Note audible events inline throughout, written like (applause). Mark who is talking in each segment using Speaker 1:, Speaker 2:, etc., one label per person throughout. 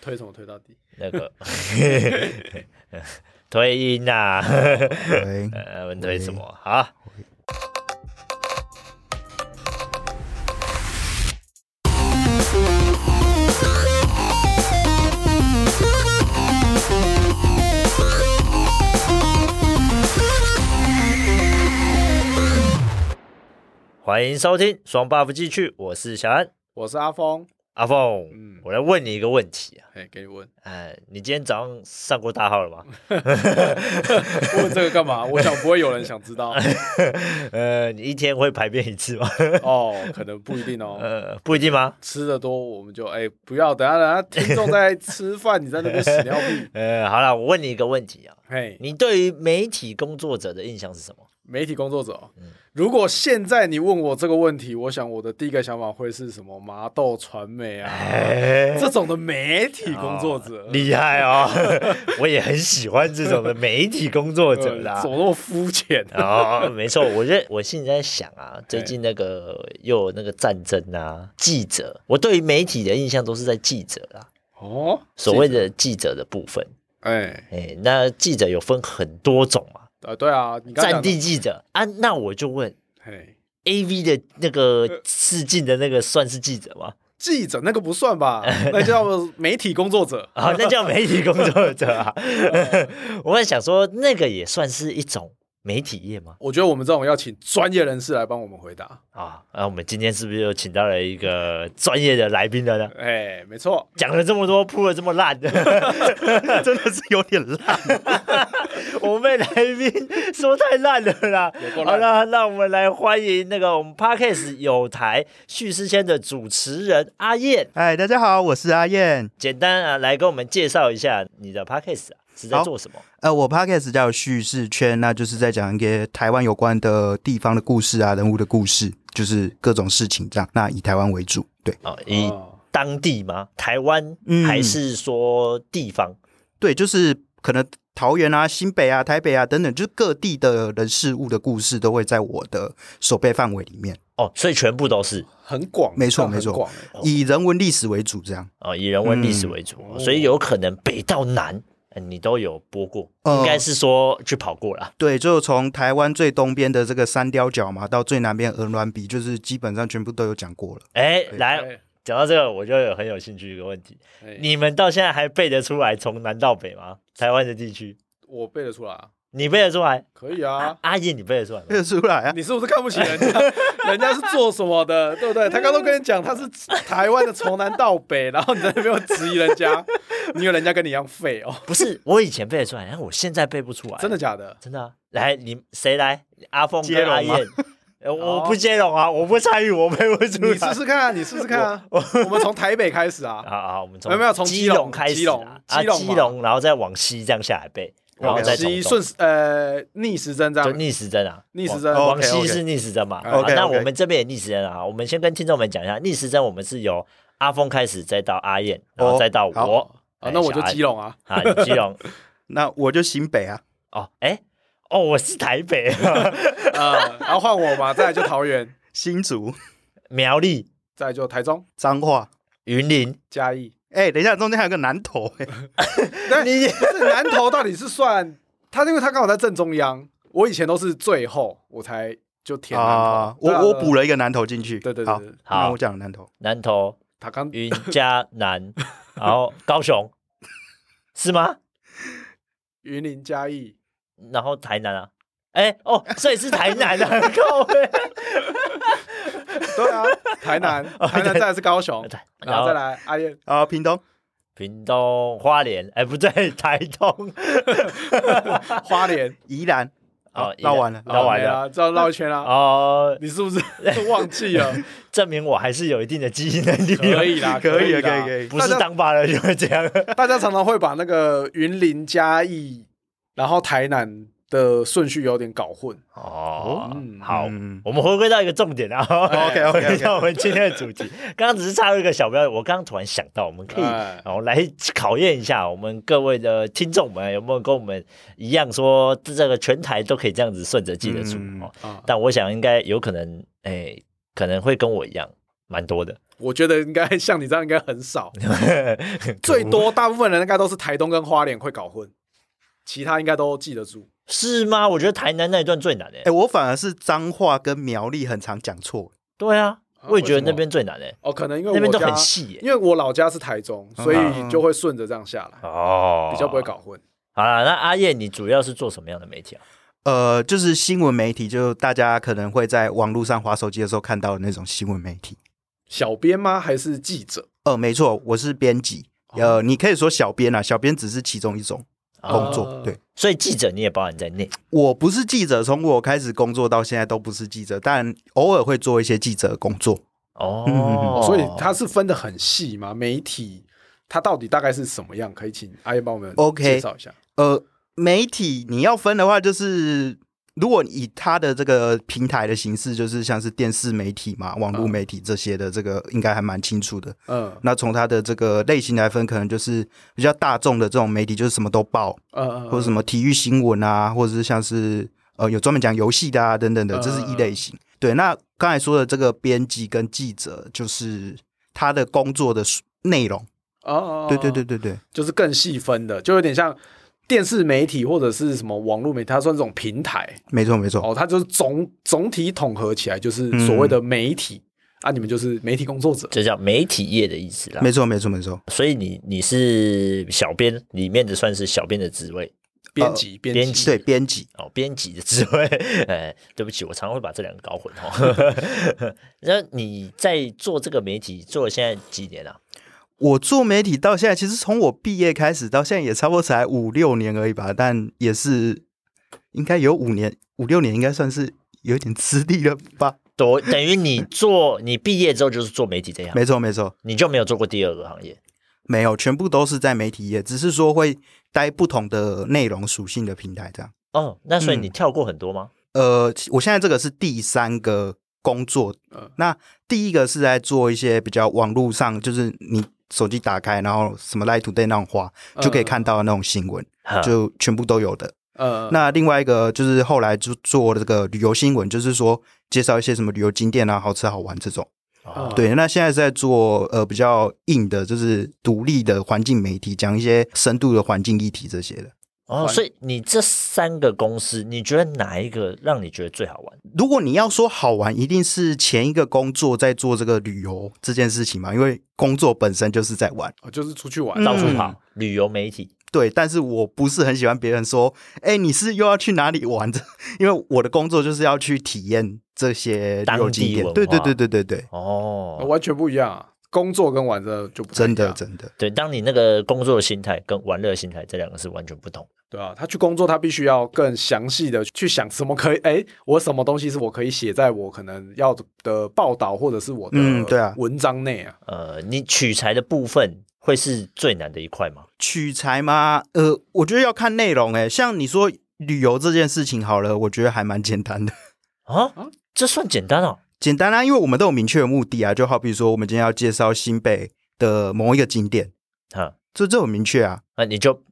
Speaker 1: 推什么推到底？
Speaker 2: 那个 (laughs) 推音呐、
Speaker 3: (laughs) 喂，
Speaker 2: 呃，我们推什么？好，欢迎收听双 buff 继续，我是小安
Speaker 1: 我是阿峰，
Speaker 2: 阿凤。
Speaker 1: 嗯
Speaker 2: 我来问你一个问题啊，
Speaker 1: 哎，给你 (laughs) 问，
Speaker 2: 哎，你今天早上上过大号了吗？ (laughs)
Speaker 1: 问这个干嘛？我想不会有人想知 (laughs) 道
Speaker 2: 呃，你一天会排便一次吗？ (laughs)
Speaker 1: 哦，可能不一定哦。
Speaker 2: 呃，不一定吗？
Speaker 1: 吃的多，我们就哎不要，等下等下，听众在吃饭，你在那边屎尿 (laughs) 屁。
Speaker 2: 呃，好了，我问你一个问题啊，
Speaker 1: 嘿，
Speaker 2: 你对于媒体工作者的印象是什 (laughs) 么？
Speaker 1: 媒体工作者哦，如果现在你问我这个问题，我想我的第一个想法会是什么？麻豆传媒啊， (laughs)
Speaker 2: 哎，
Speaker 1: 这种的媒体工作者，
Speaker 2: (laughs) 厉害哦， (laughs) 我也很喜欢这种的媒体工作
Speaker 1: 呃
Speaker 2: 者
Speaker 1: 怎
Speaker 2: (laughs) 啦。
Speaker 1: 么那么肤浅啊？
Speaker 2: 哦，没错，我认我心里在想啊，最近那个又有那个战争啊，记者，我对于媒体的印象都是在记者啦，
Speaker 1: (laughs) 哦，
Speaker 2: 所谓的记者的部分。
Speaker 1: 哎，
Speaker 2: 哎，那记者有分很多种啊，
Speaker 1: 啊对啊，你刚刚
Speaker 2: 战
Speaker 1: 讲的
Speaker 2: 地，记者啊，那我就问
Speaker 1: 嘿，
Speaker 2: ，A V 的那
Speaker 1: 呃
Speaker 2: 个试镜的那个算是记
Speaker 1: (laughs)
Speaker 2: 者吗？
Speaker 1: 记者那个不算
Speaker 2: (laughs)
Speaker 1: 吧？那叫媒体工作者。
Speaker 2: 啊，那叫媒体工作者啊。 (laughs) 我在想说，那个也算是一种媒体业吗？
Speaker 1: 我觉得我们这种要请专业人士来帮我们回答。
Speaker 2: 啊，那、我们今天是不是又请到了一个专业的来宾了呢？
Speaker 1: 哎，没错，
Speaker 2: 讲了这么多，铺了这么
Speaker 1: (laughs)
Speaker 2: 烂，真的是有点烂。 (laughs) 我们被来宾说太烂了啦
Speaker 1: 有。够烂
Speaker 2: 好了，让我们来欢迎那个我们 Parkes 有台叙事线的主持人阿燕，
Speaker 3: 嗨，哎大家好，我是阿燕。
Speaker 2: 简单啊来跟我们介绍一下你的 Parkes、啊、是在
Speaker 3: 好
Speaker 2: 做什么。
Speaker 3: 呃，我 podcast 叫叙事圈，那就是在讲一些台湾有关的地方的故事啊，人物的故事，就是各种事情这样。那以台湾为主，对
Speaker 2: 哦，以
Speaker 1: 哦
Speaker 2: 当地吗？台湾、
Speaker 3: 嗯
Speaker 2: 还是说地方？
Speaker 3: 对，就是可能桃园啊、新北啊、台北啊等等，就是各地的人事物的故事都会在我的手背范围里面，
Speaker 2: 哦，所以全部都是
Speaker 1: 很广，
Speaker 3: 没错
Speaker 1: 这样很
Speaker 3: 没错
Speaker 1: 广
Speaker 3: 以人文历史为主这样。
Speaker 2: 哦，以人文历史为主，哦
Speaker 1: 嗯
Speaker 2: 所以有可能北到南，呃你都有播过，
Speaker 3: 呃
Speaker 1: 哦
Speaker 2: 应该是说去跑过啦。
Speaker 3: 对，就从台湾最东边的这个三貂角嘛，到最南边鹅銮鼻，就是基本上全部都有讲过了。
Speaker 2: 哎，
Speaker 3: 对
Speaker 2: 来
Speaker 1: 哎
Speaker 2: 讲到这个，我就有很有兴趣一个问题，
Speaker 1: 哎
Speaker 2: 你们到现在还背得出来从南到北吗？台湾的地区，
Speaker 1: 我背得出来啊，
Speaker 2: 你背得出来？
Speaker 1: 可以啊。
Speaker 2: 阿燕，你背得出来吗？
Speaker 3: 背得出来 (laughs) 啊！
Speaker 1: 你是不是看不起人家？人家是做什么
Speaker 2: (laughs)
Speaker 1: 的，对不对？他刚刚跟你讲他是台湾的从南到北，然后你在那边质疑人家，你以为人家跟你一样废
Speaker 2: (laughs)
Speaker 1: 哦？
Speaker 2: 不是，我以前背得出来，但我现在背不出来。
Speaker 1: 真的假的？
Speaker 2: 真的、啊。来，你谁来？阿峰
Speaker 3: 接
Speaker 2: 跟
Speaker 3: 龙
Speaker 2: 阿
Speaker 1: (laughs)
Speaker 3: 吗
Speaker 2: 燕。呃我不接龙啊，我不参与，我背不出
Speaker 1: 哦你
Speaker 2: 来。
Speaker 1: 试试看啊，你试试看啊。我们从台北开始啊，
Speaker 2: 好好，我们从
Speaker 1: 没有没有从
Speaker 2: 基
Speaker 1: 基隆
Speaker 2: 隆开
Speaker 1: 基
Speaker 2: 始
Speaker 1: 隆
Speaker 2: 啊，啊
Speaker 1: 基隆
Speaker 2: 基
Speaker 1: 嘛
Speaker 2: 隆，然后再往西这样下来背， (laughs) 然后
Speaker 1: 往
Speaker 2: 再从
Speaker 1: 西
Speaker 2: 东
Speaker 1: 顺时呃逆时针这
Speaker 2: 就
Speaker 1: 样，
Speaker 2: 逆时针啊，
Speaker 1: 逆时针
Speaker 2: 往往
Speaker 3: OK，
Speaker 2: 西
Speaker 3: OK
Speaker 2: 是逆时针嘛。
Speaker 1: OK，
Speaker 2: 好那
Speaker 3: OK
Speaker 2: 我们这边也逆时针啊，我们先跟听众们讲一下，逆时针我们是由阿峰开始，再到阿燕，然后
Speaker 3: 哦
Speaker 2: 再到我
Speaker 3: 好，
Speaker 1: 啊，那我就基
Speaker 2: 隆
Speaker 1: 隆啊。
Speaker 2: 啊，你
Speaker 1: (laughs)
Speaker 2: 基隆
Speaker 3: 那我就新北啊，
Speaker 2: 哦，哎哦，我是台北 (laughs)
Speaker 1: 呃，然后换我嘛，再来就桃园，
Speaker 3: 新竹、
Speaker 2: 苗栗、
Speaker 1: 再来就台中、
Speaker 3: 彰化。
Speaker 2: 云林，
Speaker 1: 嘉 (laughs) 义。
Speaker 3: 哎、等一下，中间还有个南投、哎，
Speaker 1: 你不是南投到底是算他？因为他刚好在正中央，我以前都是最后我才就填南
Speaker 3: 啊
Speaker 1: 投，，对啊
Speaker 3: 我我补。了一个南投进去。
Speaker 1: 对对对
Speaker 3: 好
Speaker 1: 对对，
Speaker 2: 好
Speaker 3: 那我讲南投。
Speaker 2: 南投、
Speaker 1: 他刚
Speaker 2: 云 (laughs) 嘉南，然后高雄，是吗？
Speaker 1: 云林嘉义，
Speaker 2: 然后台南啊，哎哦，所以是台南啊，
Speaker 1: (laughs)
Speaker 2: 靠北！
Speaker 1: 对啊，台南，台南再来是高雄，然后再来阿燕，
Speaker 3: 啊，屏东
Speaker 2: 屏东、花莲，哎不对，台东，
Speaker 1: 花莲，
Speaker 3: 宜兰，
Speaker 2: 哦
Speaker 3: 好
Speaker 2: 宜兰
Speaker 3: 绕完了，
Speaker 2: 绕完了
Speaker 1: 啊，这样绕一圈啊。
Speaker 2: 哦，
Speaker 1: 你是不是 (laughs) 忘记了？
Speaker 2: 证明我还是有一定的记忆能力，哦
Speaker 1: 可以啦，
Speaker 3: 可以
Speaker 1: 以
Speaker 3: 了，可
Speaker 1: 啦
Speaker 3: 以，。可以。
Speaker 2: 不是当爸了就会
Speaker 1: (laughs)
Speaker 2: 这样。
Speaker 1: 啊大家常常会把那个云林嘉义，然后台南的顺序有点搞混。
Speaker 2: 哦
Speaker 1: 嗯哎
Speaker 2: 好
Speaker 3: 嗯，
Speaker 2: 我们回归到一个重点啊 (laughs)
Speaker 3: OK，OK，OK
Speaker 2: 回到我们今天的主题。刚刚只是插入一个小标题，我刚刚突然想到，我们可以
Speaker 1: 哎
Speaker 2: 然后来考验一下我们各位的听众们有没有跟我们一样说这个全台都可以这样子顺着记得住
Speaker 3: 嗯
Speaker 2: 哦。
Speaker 1: 啊，
Speaker 2: 但我想应该有可能，哎，可能会跟我一样蛮多的。 (laughs)
Speaker 1: 我觉得应该像你这样应该很少， (laughs) 最多大部分人应该都是台东跟花莲会搞混，其他应该都记得住。
Speaker 2: 是吗？我觉得台南那一段最难欸诶、
Speaker 3: 哎、我反而是脏话跟苗栗很常讲错，
Speaker 2: 对啊，
Speaker 1: 啊
Speaker 2: 我也觉
Speaker 1: 为什
Speaker 2: 得
Speaker 1: 么
Speaker 2: 那边最难诶、欸
Speaker 1: 哦，可能因为
Speaker 2: 那边
Speaker 1: 我
Speaker 2: 都
Speaker 1: 家
Speaker 2: 很细欸嗯耶
Speaker 1: 因为我老家是台中，所以就会顺着这样下来，
Speaker 2: 哦，
Speaker 1: 比较不会。搞混。
Speaker 2: 好了，那阿燕，你主要是做什么样的媒体啊？
Speaker 3: 呃，就是新闻媒体，就大家可能会在网络上划手机的时候看到的那种新闻媒体。
Speaker 1: 小编吗？还是记者？哦
Speaker 3: 呃，没错，我是编辑，
Speaker 2: 哦
Speaker 3: 呃，你可以说小编啊，小编只是其中一种工作。
Speaker 1: 哦
Speaker 3: 对
Speaker 2: 所以记者你也包含在内。
Speaker 3: 我不是记者，从我开始工作到现在都不是记者，但偶尔会做一些记者的工作。
Speaker 2: 哦，
Speaker 1: 嗯所以它是分得很细嘛？媒体它到底大概是什么样？可以请阿燕帮我们
Speaker 3: OK
Speaker 1: 介绍一下。
Speaker 3: 呃，媒体你要分的话，就是如果以它的这个平台的形式，就是像是电视媒体嘛、网络媒体这些的，这个应该还蛮清楚的。
Speaker 1: 嗯
Speaker 3: 那从它的这个类型来分，可能就是比较大众的这种媒体，就是什么都报，
Speaker 1: 嗯嗯，
Speaker 3: 或者什么体育新闻啊，或者是像是呃有专门讲游戏的啊等等的，
Speaker 1: 嗯
Speaker 3: 这是一类型。对，那刚才说的这个编辑跟记者，就是他的工作的内容。
Speaker 1: 哦哦，哦
Speaker 3: 对对对，对对，
Speaker 1: 就是更细分的，就有点像电视媒体或者是什么网络媒体，它算这种平台
Speaker 3: 没错没错。
Speaker 1: 哦，它就是总总体统合起来，就是所谓的媒体、
Speaker 3: 嗯
Speaker 1: 啊，你们就是媒体工作者。
Speaker 2: 这叫媒体业的意思
Speaker 1: 啊
Speaker 2: 啦。
Speaker 3: 没错，没错，没错。
Speaker 2: 所以你你是小编里面的，算是小编的职位
Speaker 1: 编辑，编
Speaker 2: 编
Speaker 1: 辑
Speaker 2: 辑，
Speaker 3: 对，呃编辑
Speaker 2: 哦，编辑的职位。哎，对不起，我常会把这两个搞混哦。 (laughs) 那你在做这个媒体做了现在几年啊？
Speaker 3: 我做媒体到现在，其实从我毕业开始到现在也差不多才五六年而已吧，但也是应该有五年五六年，应该算是有点资历了吧？
Speaker 2: 多等于你做你毕业之后就是做媒体这
Speaker 1: 啊
Speaker 2: 样，
Speaker 3: 没错没错，
Speaker 2: 你就没有做过第二个行业。
Speaker 3: 没有，全部都是在媒体业，只是说会待不同的内容属性的平台这样。
Speaker 2: 哦，那所以
Speaker 3: 嗯
Speaker 2: 你跳过很多吗？
Speaker 3: 呃，我现在这个是第三个工作
Speaker 1: 嗯，
Speaker 3: 那第一个是在做一些比较网络上，就是你手机打开，然后什么 Light Today 那种花
Speaker 1: 嗯
Speaker 3: 就可以看到那种新闻，
Speaker 2: 哈
Speaker 3: 就全部都有的。
Speaker 1: 呃，
Speaker 3: 那另外一个就是后来就做这个旅游新闻，就是说介绍一些什么旅游景点啊、好吃好玩这种。
Speaker 2: 哦
Speaker 3: 对，那现在是在做呃比较硬的，就是独立的环境媒体，讲一些深度的环境议题这些的。
Speaker 2: 哦，所以你这三个公司，你觉得哪一个让你觉得最好玩？
Speaker 3: 如果你要说好玩，一定是前一个工作在做这个旅游这件事情嘛，因为工作本身就是在玩。
Speaker 1: 哦就是出去玩，
Speaker 3: 嗯
Speaker 2: 到处跑，旅游媒体，
Speaker 3: 对，但是我不是很喜欢别人说，哎，你是又要去哪里玩的？ (laughs) 因为我的工作就是要去体验这些旅
Speaker 2: 当
Speaker 3: 游景
Speaker 2: 地文化
Speaker 3: 点。对对对对对对，
Speaker 2: 哦，
Speaker 1: 完全不一样、啊。工作跟玩的就不太一
Speaker 3: 真
Speaker 1: 样啊
Speaker 2: 哎
Speaker 3: 的真的，
Speaker 2: 对，当你那个工作的心态跟玩乐的心态这两个是完全不同。
Speaker 1: 对啊，他去工作，他必须要更详细的去想什么可以，哎，我什么东西是我可以写在我可能要的报道或者是我的
Speaker 3: 嗯对啊
Speaker 1: 文章内啊，
Speaker 2: 呃，你取材的部分会是最难的一块吗？
Speaker 3: 取材吗？呃，我觉得要看内容、哎，像你说旅游这件事情好了，我觉得还蛮简单的。
Speaker 2: 啊
Speaker 1: 啊，
Speaker 2: 这算简单哦。
Speaker 3: 简单啦、啊因为我们都有明确的目的啊，就好比说我们今天要介绍新北的某一个景点，
Speaker 2: 哈，
Speaker 3: 这这很明确啊。
Speaker 2: 那你就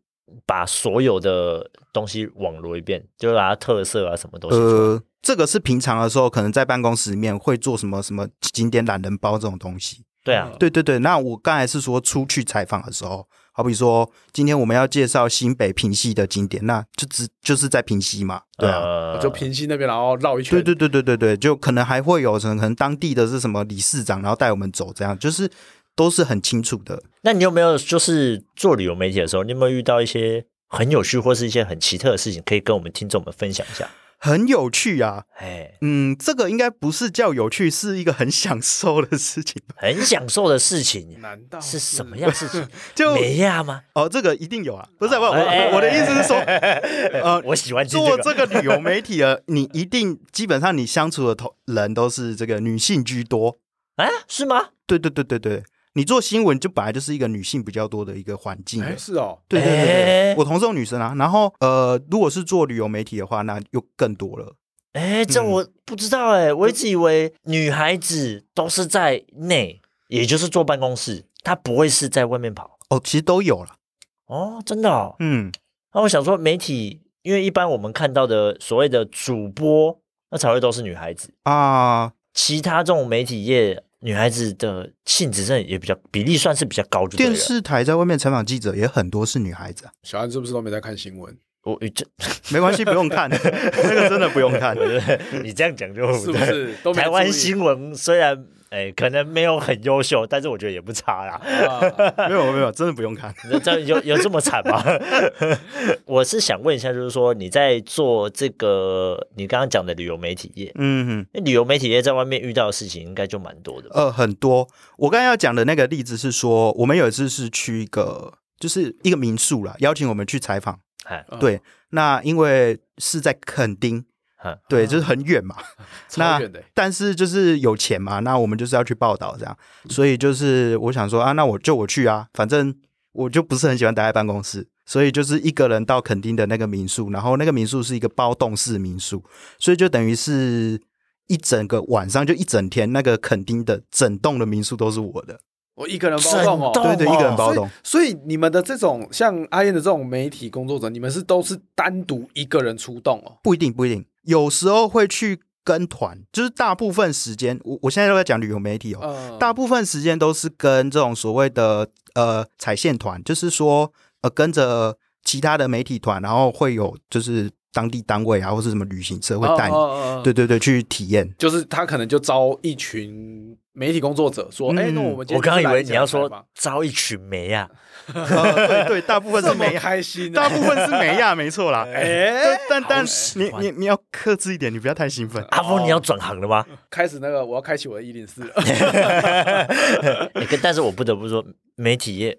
Speaker 2: 把所有的东西网罗一遍，就把它特色啊什么东西。
Speaker 3: 呃，这个是平常的时候，可能在办公室里面会做什么什么景点懒人包这种东西。
Speaker 2: 对啊，
Speaker 3: 对对对，那我刚才是说出去采访的时候，好比说今天我们要介绍新北平溪的景点，那就只就是在平溪嘛，对啊。
Speaker 2: 呃
Speaker 1: 就平息那边，然后绕一圈，
Speaker 3: 对对对对对对，就可能还会有可能可能当地的是什么理事长，然后带我们走，这样就是都是很清楚的。
Speaker 2: 那你有没有就是做旅游媒体的时候，你有没有遇到一些很有趣或是一些很奇特的事情，可以跟我们听众们分享一下？
Speaker 3: 很有趣啊。
Speaker 2: 哎，
Speaker 3: 嗯，这个应该不是叫有趣，是一个很享受的事情吧。
Speaker 2: 很享受的事情
Speaker 1: 难道
Speaker 2: 是什么样事情？
Speaker 3: (laughs) 就
Speaker 2: 美亚吗？
Speaker 3: 哦，这个一定有啊，不是不是，我
Speaker 2: 哎哎哎
Speaker 3: 我我的意思是说，呃，
Speaker 2: 我喜欢听
Speaker 3: 做
Speaker 2: 这
Speaker 3: 这
Speaker 2: 个。
Speaker 3: 个旅游媒体的，你一定基本上你相处的同人都是这个女性居多。
Speaker 2: 啊，是吗？
Speaker 3: 对对对对对，你做新闻就本来就是一个女性比较多的一个环境了
Speaker 1: 哎，是哦，
Speaker 3: 对对对
Speaker 2: 哎
Speaker 3: 对，我同事有女生啊，然后呃，如果是做旅游媒体的话，那又更多了。
Speaker 2: 哎，这
Speaker 3: 嗯
Speaker 2: 我不知道
Speaker 1: 嗯
Speaker 2: 哎、我一直以为女孩子都是在内，也就是坐办公室，她不会是在外面跑
Speaker 3: 哦，其实都有了。
Speaker 2: 哦，真的哦。
Speaker 3: 嗯，
Speaker 2: 那我想说，媒体因为一般我们看到的所谓的主播，那才会都是女孩子，
Speaker 3: 啊，
Speaker 2: 其他这种媒体业女孩子的性质真的也比较比例算是比较高就对了，
Speaker 3: 电视台在外面采访记者也很多是女孩子、啊，
Speaker 1: 小安是不是都没在看新闻？
Speaker 2: 我这
Speaker 3: (laughs)
Speaker 2: 啊
Speaker 3: 没关系，不用看，那个真的不用看。
Speaker 1: (laughs)
Speaker 2: 你这样讲就是
Speaker 3: 哦
Speaker 1: 不是都没
Speaker 2: 台湾
Speaker 1: 注意
Speaker 2: 新闻虽然哎可能没有很优秀，但是我觉得也不差啦。
Speaker 3: (laughs)
Speaker 1: 啊
Speaker 3: 没有没有，真的不用看。
Speaker 2: 这这有有这么惨吗？ (laughs) 我是想问一下，就是说你在做这个你刚刚讲的旅游媒体业，
Speaker 3: 嗯哼，
Speaker 2: 那旅游媒体业在外面遇到的事情应该就蛮多的吧？
Speaker 3: 呃，很多。我刚才要讲的那个例子是说，我们有一次是去一个，就是一个民宿啦，邀请我们去采访。
Speaker 2: 哎、
Speaker 1: 嗯
Speaker 3: 对，那因为是在垦丁
Speaker 2: 嗯，
Speaker 3: 对，就是很远嘛。
Speaker 1: 超
Speaker 3: 那
Speaker 1: 远的欸，
Speaker 3: 但是就是有钱嘛，那我们就是要去报道这样，所以就是我想说啊，那我就我去啊，反正我就不是很喜欢待在办公室，所以就是一个人到垦丁的那个民宿，然后那个民宿是一个包栋式民宿，所以就等于是一整个晚上就一整天，那个垦丁的整栋的民宿都是我的，
Speaker 1: 我一个人包栋哦，
Speaker 2: 整栋
Speaker 3: 对对，一个人包
Speaker 1: 所以
Speaker 3: 栋，
Speaker 1: 所以你们的这种像阿燕的这种媒体工作者，你们是都是单独一个人出动哦？
Speaker 3: 不一定不一定，有时候会去跟团，就是大部分时间，我我现在都在讲旅游媒体哦，
Speaker 1: 嗯，
Speaker 3: 大部分时间都是跟这种所谓的呃踩线团，就是说呃跟着其他的媒体团，然后会有就是当地单位啊或是什么旅行社会带你，
Speaker 1: 哦，哦哦哦
Speaker 3: 对对对，去体验。
Speaker 1: 就是他可能就招一群媒体工作者说，
Speaker 3: 嗯
Speaker 1: 哎、那我们今天
Speaker 2: 我刚刚以为你要
Speaker 1: 就来
Speaker 2: 说招一群媒啊，
Speaker 3: 呃、对对，大部
Speaker 1: 讲采访
Speaker 2: (laughs)
Speaker 3: 分是
Speaker 1: 这么
Speaker 3: 美亚，
Speaker 1: 开心、
Speaker 3: (laughs) 大
Speaker 1: 啊，
Speaker 3: 部分是美亚，没错啦。
Speaker 1: (laughs) 哎、
Speaker 3: 但但但
Speaker 2: 好喜
Speaker 3: 你
Speaker 2: 欢
Speaker 3: 你你要克制一点，你不要太兴奋。
Speaker 2: 阿峰你要转行了
Speaker 3: (laughs)
Speaker 2: 吗？
Speaker 1: 开始那个我要开启我的一零四了， (laughs)
Speaker 2: 哎可但是我不得不说，媒体业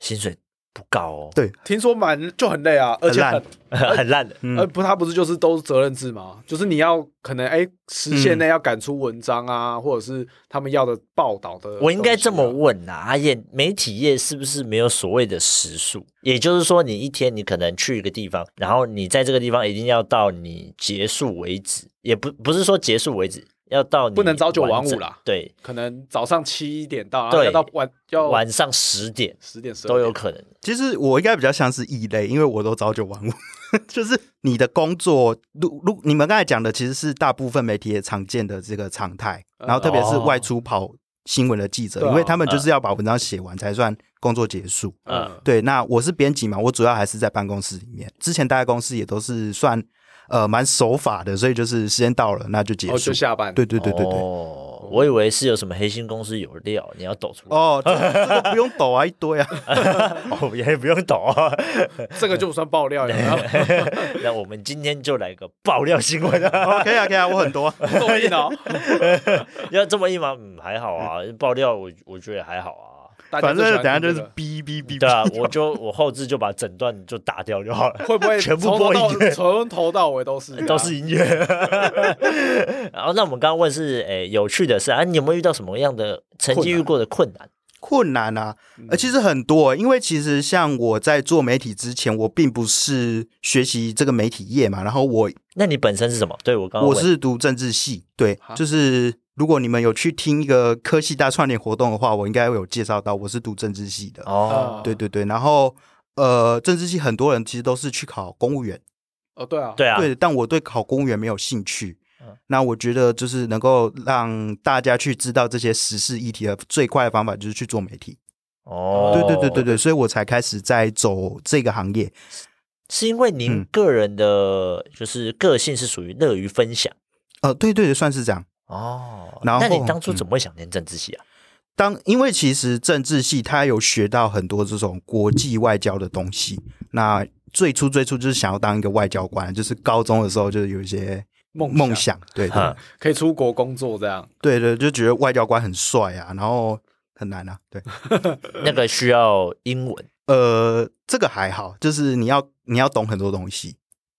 Speaker 2: 薪水不高哦，
Speaker 3: 对
Speaker 1: 听说蛮就很累啊，而且
Speaker 3: 很
Speaker 1: 很
Speaker 2: (laughs)
Speaker 3: 烂
Speaker 2: 很烂的。
Speaker 1: 呃，不，他不是就是都是责任制吗？就是你要可能哎、时限
Speaker 2: 嗯
Speaker 1: 内要赶出文章啊，或者是他们要的报道的东西啊、
Speaker 2: 我应该这么问呐、阿燕，媒体业是不是没有所谓的时数？也就是说，你一天你可能去一个地方，然后你在这个地方一定要到你结束为止，也不不是说结束为止，要到你
Speaker 1: 不能朝九晚五
Speaker 2: 整
Speaker 1: 啦
Speaker 2: 对，
Speaker 1: 可能早上七点到，然后
Speaker 2: 对
Speaker 1: 要到晚要
Speaker 2: 晚上十点
Speaker 1: 十哦点十
Speaker 2: 都有可能。
Speaker 3: 其实我应该比较像是异类，因为我都朝九晚五， (laughs) 就是你的工作，如如你们刚才讲的，其实是大部分媒体也常见的这个常态，然后特别是
Speaker 2: 哦
Speaker 3: 外出跑新闻的记者，
Speaker 1: 呃对啊
Speaker 3: 因为他们就是要把文章写完才算工作结束。
Speaker 1: 嗯，
Speaker 3: 对，那我是编辑嘛，我主要还是在办公室里面。之前待在公司也都是算呃蛮守法的，所以就是时间到了那就结
Speaker 1: 哦
Speaker 3: 束。
Speaker 1: 就下班，
Speaker 3: 对对对对对。
Speaker 2: 哦，我以为是有什么黑心公司有料，你要抖出来。哦，
Speaker 3: 哦，这这个不用抖啊，一堆啊。
Speaker 1: (laughs)
Speaker 2: (laughs) 也不用抖、哦。
Speaker 1: 这个就不算爆料
Speaker 2: (laughs)
Speaker 1: 了，
Speaker 2: 那我们今天就来个爆料新闻
Speaker 1: (laughs)
Speaker 2: 啊！
Speaker 3: 哦，可以啊，可以啊，我很多。
Speaker 1: 这么硬哦，
Speaker 2: 要这么一忙，嗯，还好啊，爆料我我觉得还好啊。
Speaker 1: 大家
Speaker 3: 反
Speaker 1: 最喜
Speaker 3: 正
Speaker 1: 欢
Speaker 3: 等下就
Speaker 1: 听
Speaker 3: 是
Speaker 1: 这个
Speaker 3: 哔哔哔。 (laughs)
Speaker 2: 对啊，我就我后置就把整段就打掉就好了，
Speaker 1: 会不会
Speaker 2: 全部
Speaker 1: 从头
Speaker 2: 播
Speaker 1: 到
Speaker 2: 音乐
Speaker 1: 从头到尾都是啊
Speaker 2: 都是音
Speaker 3: (laughs)
Speaker 2: 乐。然后那我们刚刚问是，诶、有趣的是啊，你有没有遇到什么样的曾经遇过的困难？
Speaker 3: 困难啊，
Speaker 1: 嗯
Speaker 3: 呃，其实很多，因为其实像我在做媒体之前，我并不是学习这个媒体业嘛，然后我
Speaker 2: 那你本身是什么？对我刚刚
Speaker 3: 我
Speaker 2: 问
Speaker 3: 是读政治系，对
Speaker 1: 哈，
Speaker 3: 就是如果你们有去听一个科系大串联活动的话，我应该会有介绍到，我是读政治系的，
Speaker 2: 哦，
Speaker 3: 对对对，然后呃，政治系很多人其实都是去考公务员，
Speaker 1: 哦，对啊，
Speaker 2: 对啊，
Speaker 3: 对，但我对考公务员没有兴趣
Speaker 2: 嗯。
Speaker 3: 那我觉得就是能够让大家去知道这些时事议题的最快的方法就是去做媒体，
Speaker 2: 哦，
Speaker 3: 对对对对，对，所以我才开始在走这个行业。
Speaker 2: 是因为您
Speaker 3: 嗯
Speaker 2: 个人的就是个性是属于乐于分享
Speaker 3: 呃，对对对，算是这样。
Speaker 2: 哦。
Speaker 3: 然后
Speaker 2: 那你当初
Speaker 3: 嗯
Speaker 2: 怎么会想念政治系啊？
Speaker 3: 当因为其实政治系它有学到很多这种国际外交的东西。那最初最初就是想要当一个外交官，就是高中的时候就是有一些
Speaker 1: 梦
Speaker 3: 梦想，对对
Speaker 2: 哈
Speaker 1: 可以出国工作这样，
Speaker 3: 对对，就觉得外交官很帅啊，然后很难啊，对。
Speaker 2: 那个需要英文，
Speaker 3: 呃，这个还好，就是你要你要懂很多东西，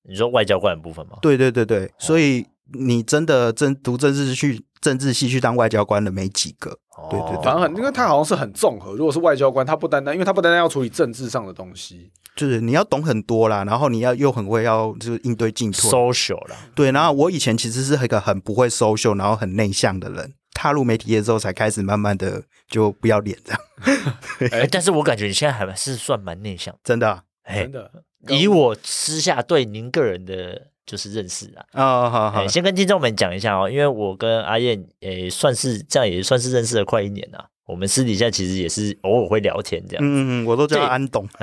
Speaker 2: 你说外交官的部分吗？
Speaker 3: 对对对对，所以你真的政读政治去政治系去当外交官的没几个，对
Speaker 2: 哦
Speaker 3: 对对
Speaker 1: 反而很，因为他好像是很综合。如果是外交官，他不单单，因为他不单单要处理政治上的东西，
Speaker 3: 就是你要懂很多啦，然后你要又很会要就是应对进退。
Speaker 2: social 啦，
Speaker 3: 对，然后我以前其实是一个很不会 social，然后很内向的人。踏入媒体业之后，才开始慢慢的就不要脸这样， (laughs)
Speaker 2: 哎、但是我感觉你现在还是算蛮内向的，
Speaker 3: 真的啊、
Speaker 2: 哎、
Speaker 1: 真的。
Speaker 2: 以我私下对您个人的就是认识啊。
Speaker 3: 啊，好好
Speaker 2: 哎，，先跟听众们讲一下哦，因为我跟阿燕诶、算是这样，也算是认识了快一年了、我们私底下其实也是偶尔会聊天这样。
Speaker 3: 嗯嗯，嗯我都叫他安董，
Speaker 2: (laughs)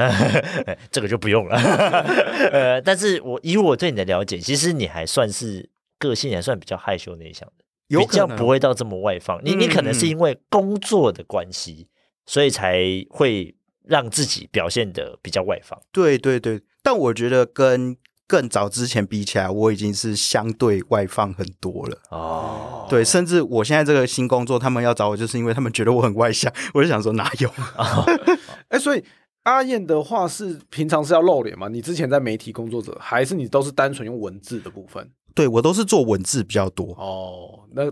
Speaker 2: 这个就不用了。 (laughs) 呃，但是我以我对你的了解，其实你还算是个性还算比较害羞内向的，
Speaker 3: 有
Speaker 2: 比
Speaker 3: 可
Speaker 2: 较
Speaker 3: 能嗯
Speaker 2: 不会到这么外放。你你可能是因为工作的关系，所以才会让自己表现的比较外放。
Speaker 3: 对对对，但我觉得跟更早之前比起来，我已经是相对外放很多了。
Speaker 2: 哦，
Speaker 3: 对，甚至我现在这个新工作，他们要找我，就是因为他们觉得我很外向。 (laughs) 我就想说，哪有？啊
Speaker 1: 哎、所以阿燕的话是平常是要露脸吗？你之前在媒体工作者，还是你都是单纯用文字的部分？
Speaker 3: 对我都是做文字比较多。
Speaker 1: 哦，那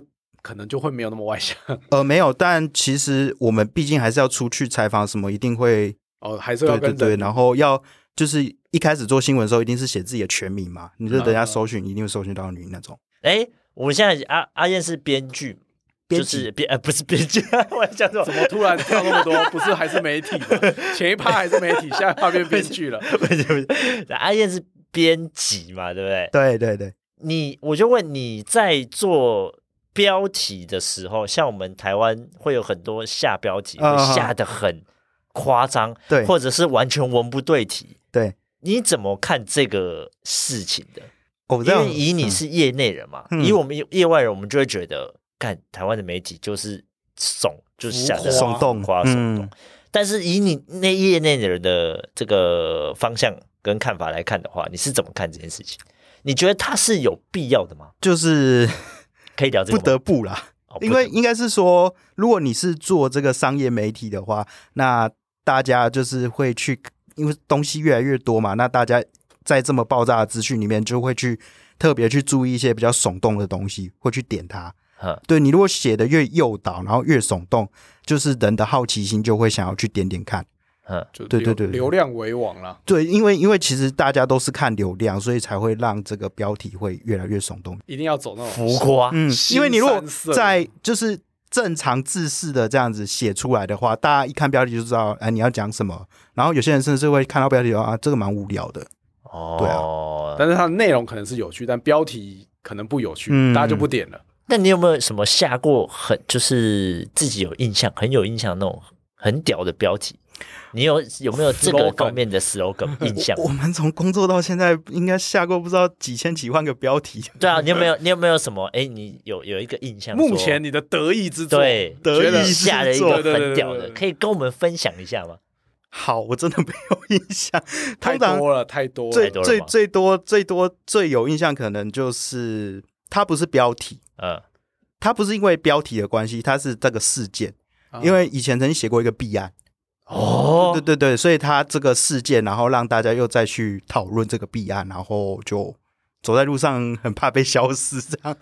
Speaker 1: 可能就会没有那么外向。
Speaker 3: 呃，没有，但其实我们毕竟还是要出去采访，什么一定会，
Speaker 1: 哦，还是要
Speaker 3: 对
Speaker 1: 跟
Speaker 3: 对
Speaker 1: 人
Speaker 3: 对，然后要就是一开始做新闻的时候，一定是写自己的全名嘛，你就
Speaker 1: 啊
Speaker 3: 等下搜寻，一定会搜寻到你那种。
Speaker 2: 哎，我们现在阿阿燕是编剧，
Speaker 3: 编
Speaker 2: 就
Speaker 3: 辑
Speaker 2: 是编呃不是编剧， (laughs) 我在讲什么？
Speaker 1: 怎么突然跳那么多？不是还是媒体吗？前一趴还是媒体，下一趴变编剧了。
Speaker 2: 不是不是，阿燕是编辑嘛，对不对？
Speaker 3: 对对对，
Speaker 2: 你我就问你在做标题的时候，像我们台湾会有很多下标题，
Speaker 3: 啊
Speaker 2: 会下的很夸张，
Speaker 3: 对
Speaker 2: 或者是完全文不对题。
Speaker 3: 对，
Speaker 2: 你怎么看这个事情的？
Speaker 3: 哦，这
Speaker 2: 因
Speaker 3: 样
Speaker 2: 为以你是业内人嘛，
Speaker 3: 嗯
Speaker 2: 以我们业业外人，我们就会觉得，看台湾的媒体就是怂，就是想的
Speaker 3: 耸动
Speaker 2: 夸耸动。
Speaker 3: 嗯
Speaker 2: 但是以你那业内的人的这个方向跟看法来看的话，你是怎么看这件事情？你觉得它是有必要的吗？
Speaker 3: 就是
Speaker 2: 可以 (laughs) 聊这个吗
Speaker 3: 不得不啦。 (laughs)
Speaker 2: 哦不
Speaker 3: 因为
Speaker 2: 得
Speaker 3: 应该是说，如果你是做这个商业媒体的话，那大家就是会去，因为东西越来越多嘛，那大家在这么爆炸的资讯里面，就会去特别去注意一些比较耸动的东西，会去点它。
Speaker 2: 嗯
Speaker 3: 对你如果写的越诱导，然后越耸动，就是人的好奇心就会想要去点点看。
Speaker 2: 嗯
Speaker 1: 就流
Speaker 3: 对对对对
Speaker 1: 流量为王啦。
Speaker 3: 对，因为因为其实大家都是看流量，所以才会让这个标题会越来越耸动。
Speaker 1: 一定要走那种
Speaker 2: 浮夸，
Speaker 3: 嗯，因为你如果
Speaker 1: 啊新三色
Speaker 3: 在就是正常字式的这样子写出来的话，大家一看标题就知道，哎，你要讲什么。然后有些人甚至会看到标题说啊，这个蛮无聊的。嗯对啊
Speaker 2: 哦。
Speaker 1: 但是它的内容可能是有趣，但标题可能不有趣，
Speaker 3: 嗯
Speaker 1: 大家就不点了。
Speaker 2: 那你有没有什么下过很就是自己有印象、很有印象那种很屌的标题？你有有没有这个
Speaker 1: Slogan
Speaker 2: 方面的 slogan 印象？
Speaker 3: 我们从工作到现在，应该下过不知道几千几万个标题。
Speaker 2: 对啊，你有没有你有没有什么？哎，你有有一个印象说？
Speaker 1: 目前你的得意之作，
Speaker 2: 对
Speaker 3: 得
Speaker 1: 觉得
Speaker 3: 意
Speaker 2: 下了一
Speaker 3: 之作
Speaker 1: 对
Speaker 2: 个
Speaker 1: 对对
Speaker 2: 很
Speaker 1: 对
Speaker 2: 屌
Speaker 1: 对
Speaker 2: 的，
Speaker 1: 对
Speaker 2: 可以跟我们分享一下吗？
Speaker 3: 好，我真的没有印象。
Speaker 1: 太
Speaker 3: 通常
Speaker 1: 多了，太多
Speaker 3: 最
Speaker 1: 了。
Speaker 2: 多了
Speaker 3: 最
Speaker 2: 吗
Speaker 3: 最多最多最有印象，可能就是它不是标题，
Speaker 2: 嗯，
Speaker 3: 它不是因为标题的关系，它是这个事件。
Speaker 1: 啊
Speaker 3: 因为以前曾经写过一个弊案。
Speaker 2: 哦
Speaker 3: 对，对对，所以他这个事件，然后让大家又再去讨论这个弊案，然后就走在路上很怕被消失这样。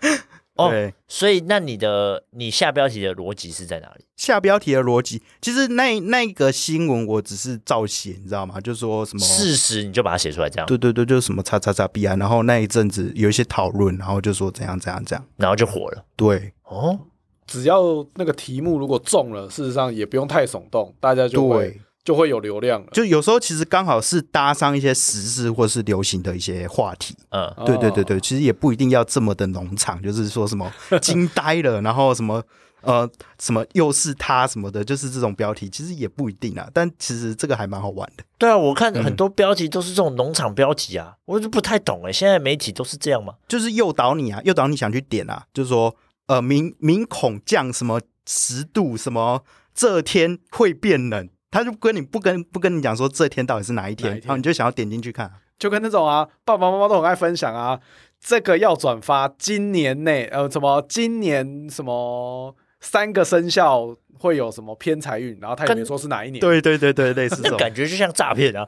Speaker 2: 哦
Speaker 3: (laughs) 对，
Speaker 2: 所以那你的你下标题的逻辑是在哪里？
Speaker 3: 下标题的逻辑，其实那那个新闻我只是照写，你知道吗？就说什么。
Speaker 2: 事实你就把它写出来，这样，
Speaker 3: 对对对，就是什么叉叉叉弊案，然后那一阵子有一些讨论，然后就说怎样怎样怎样。
Speaker 2: 然后就火了。
Speaker 3: 对
Speaker 2: 哦，
Speaker 1: 只要那个题目如果中了，事实上也不用太耸动，大家就会
Speaker 3: 对，
Speaker 1: 就会有流量了。
Speaker 3: 就有时候其实刚好是搭上一些时事或是流行的一些话题。
Speaker 2: 嗯，
Speaker 1: 哦
Speaker 3: 对对对对，，其实也不一定要这么的农场，就是说 (laughs) 什么惊呆了，然后什么呃什么又是他什么的，就是这种标题，其实也不一定啊。但其实这个还蛮好玩的。
Speaker 2: 对啊，我看很多标题都是这种农场标题啊，我就不太懂哎，现在媒体都是这样吗？
Speaker 3: 就是诱导你啊，诱导你想去点啊，就是说呃明明恐降什么十度，什么这天会变冷。他就跟你不跟不跟你讲说这天到底是哪一天，
Speaker 1: 哪一天
Speaker 3: 然后你就想要点进去看啊，
Speaker 1: 就跟那种啊，爸爸妈妈都很爱分享啊，这个要转发，今年内呃什么，今年什么三个生肖会有什么偏财运，然后他也
Speaker 2: 跟
Speaker 1: 没说是哪一年，
Speaker 3: 对对对对，类似这
Speaker 2: 那
Speaker 3: 种，
Speaker 2: 感觉就像诈骗
Speaker 3: (laughs)
Speaker 2: 啊。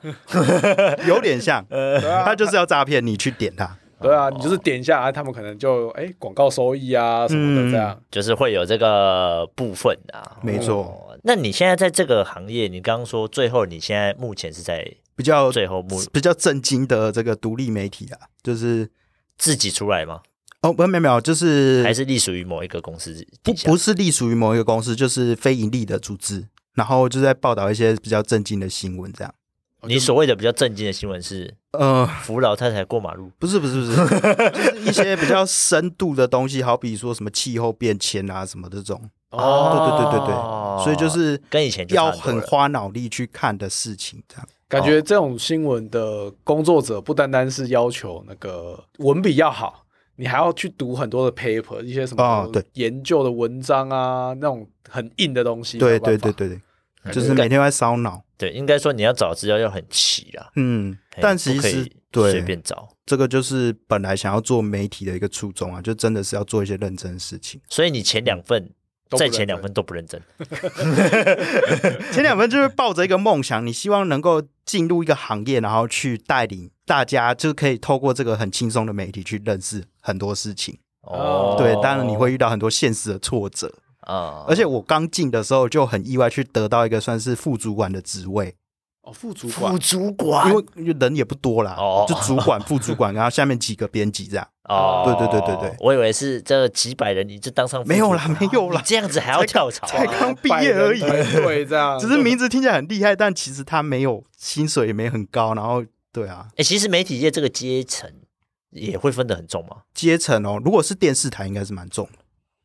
Speaker 3: 有点
Speaker 1: (laughs)
Speaker 3: 像，
Speaker 1: 对啊，
Speaker 3: 他就是要诈骗你去点他，
Speaker 1: 对啊，你就是点一下，啊他们可能就哎广告收益啊什么的这样，
Speaker 2: 就是会有这个部分啊，
Speaker 3: 没错
Speaker 2: 哦。那你现在在这个行业，你刚刚说最后你现在目前是在
Speaker 3: 比较
Speaker 2: 最后目
Speaker 3: 比较震惊的这个独立媒体啊，就是
Speaker 2: 自己出来吗？
Speaker 3: 哦，不，没有没有，就是
Speaker 2: 还是隶属于某一个公司
Speaker 3: 不
Speaker 2: 底下？
Speaker 3: 不是隶属于某一个公司，就是非盈利的组织，然后就在报道一些比较震惊的新闻，这样。
Speaker 2: 你所谓的比较震惊的新闻是
Speaker 3: 呃，
Speaker 2: 扶老太太过马路，
Speaker 3: 不是不是不是，就是一些比较深度的东西，好比说什么气候变迁啊什么这种，
Speaker 1: 哦，
Speaker 3: 对对对对
Speaker 2: 哦
Speaker 3: 所以就是
Speaker 2: 跟以前就
Speaker 3: 要
Speaker 2: 差不多
Speaker 3: 很
Speaker 2: 了
Speaker 3: 花脑力去看的事情，这样。
Speaker 1: 感觉这种新闻的工作者不单单是要求那个文笔要好，你还要去读很多的 paper，一些什么
Speaker 3: 哦对
Speaker 1: 研究的文章啊，那种很硬的东西。
Speaker 3: 对对
Speaker 1: 没有办
Speaker 3: 对
Speaker 1: 法，
Speaker 3: 对对，就是每天在烧脑。
Speaker 2: 对，应该说你要找资料要很齐啦，
Speaker 3: 嗯
Speaker 2: 嘿，
Speaker 3: 但
Speaker 2: 不
Speaker 3: 其
Speaker 2: 可以
Speaker 3: 实
Speaker 2: 随
Speaker 3: 对
Speaker 2: 便找。
Speaker 3: 这个就是本来想要做媒体的一个初衷啊，就真的是要做一些认真的事情。
Speaker 2: 所以你前两
Speaker 3: 嗯
Speaker 2: 份
Speaker 1: 都不
Speaker 2: 再
Speaker 1: 认
Speaker 2: 前两
Speaker 1: 真
Speaker 2: 份都不认真，
Speaker 3: 前两份就是抱着一个梦想，你希望能够进入一个行业，然后去带领大家，就可以透过这个很轻松的媒体去认识很多事情。
Speaker 1: 哦
Speaker 3: 对，当然你会遇到很多现实的挫折，
Speaker 2: 啊，
Speaker 3: 而且我刚进的时候就很意外去得到一个算是副主管的职位，
Speaker 1: 哦，副主管
Speaker 2: 副主管
Speaker 3: 因为因为人也不多啦
Speaker 2: 哦，
Speaker 3: 就主管、副主管，然后下面几个编辑这样。
Speaker 2: 哦，
Speaker 3: 对对对对对
Speaker 2: 我以为是这几百人你就当上副
Speaker 3: 没有啦
Speaker 2: 主管
Speaker 3: 没有啦
Speaker 2: 你这样子还要跳槽
Speaker 3: 才
Speaker 2: 啊，
Speaker 3: 刚毕业而已
Speaker 1: 百人团队这样，
Speaker 3: (laughs) 只是名字听起来很厉害，但其实他没有薪水也没很高，然后对啊，
Speaker 2: 哎，其实媒体业这个阶层也会分得很重嘛，
Speaker 3: 阶层哦，如果是电视台应该是蛮重的，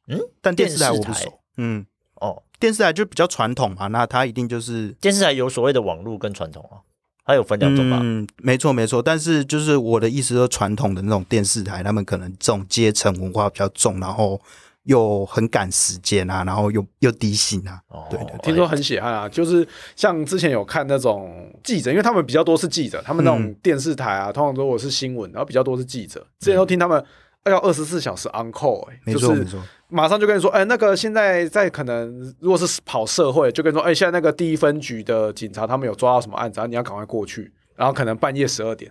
Speaker 2: 嗯，
Speaker 3: 但电视台我
Speaker 2: 电
Speaker 3: 不
Speaker 2: 视台
Speaker 3: 熟，嗯，
Speaker 2: 哦，
Speaker 3: 电视台就比较传统嘛，那它一定就是。
Speaker 2: 电视台有所谓的网络跟传统啊，它有分两种吧，
Speaker 3: 嗯，没错没错，但是就是我的意思，说传统的那种电视台，他们可能这种阶层文化比较重，然后又很赶时间啊，然后又又低薪啊，
Speaker 2: 哦
Speaker 3: 对对
Speaker 1: 听说很血汗啊，就是像之前有看那种记者，因为他们比较多是记者，他们那种
Speaker 3: 嗯
Speaker 1: 电视台啊，通常如果是新闻，然后比较多是记者，之前都听他们要二十四小时 on call，、欸、
Speaker 3: 没
Speaker 1: 就
Speaker 3: 错、
Speaker 1: 是
Speaker 3: 没错，
Speaker 1: 马上就跟你说，哎、那个现在在可能如果是跑社会，就跟你说，哎、现在那个第一分局的警察他们有抓到什么案子，啊、你要赶快过去，然后可能半夜十二点，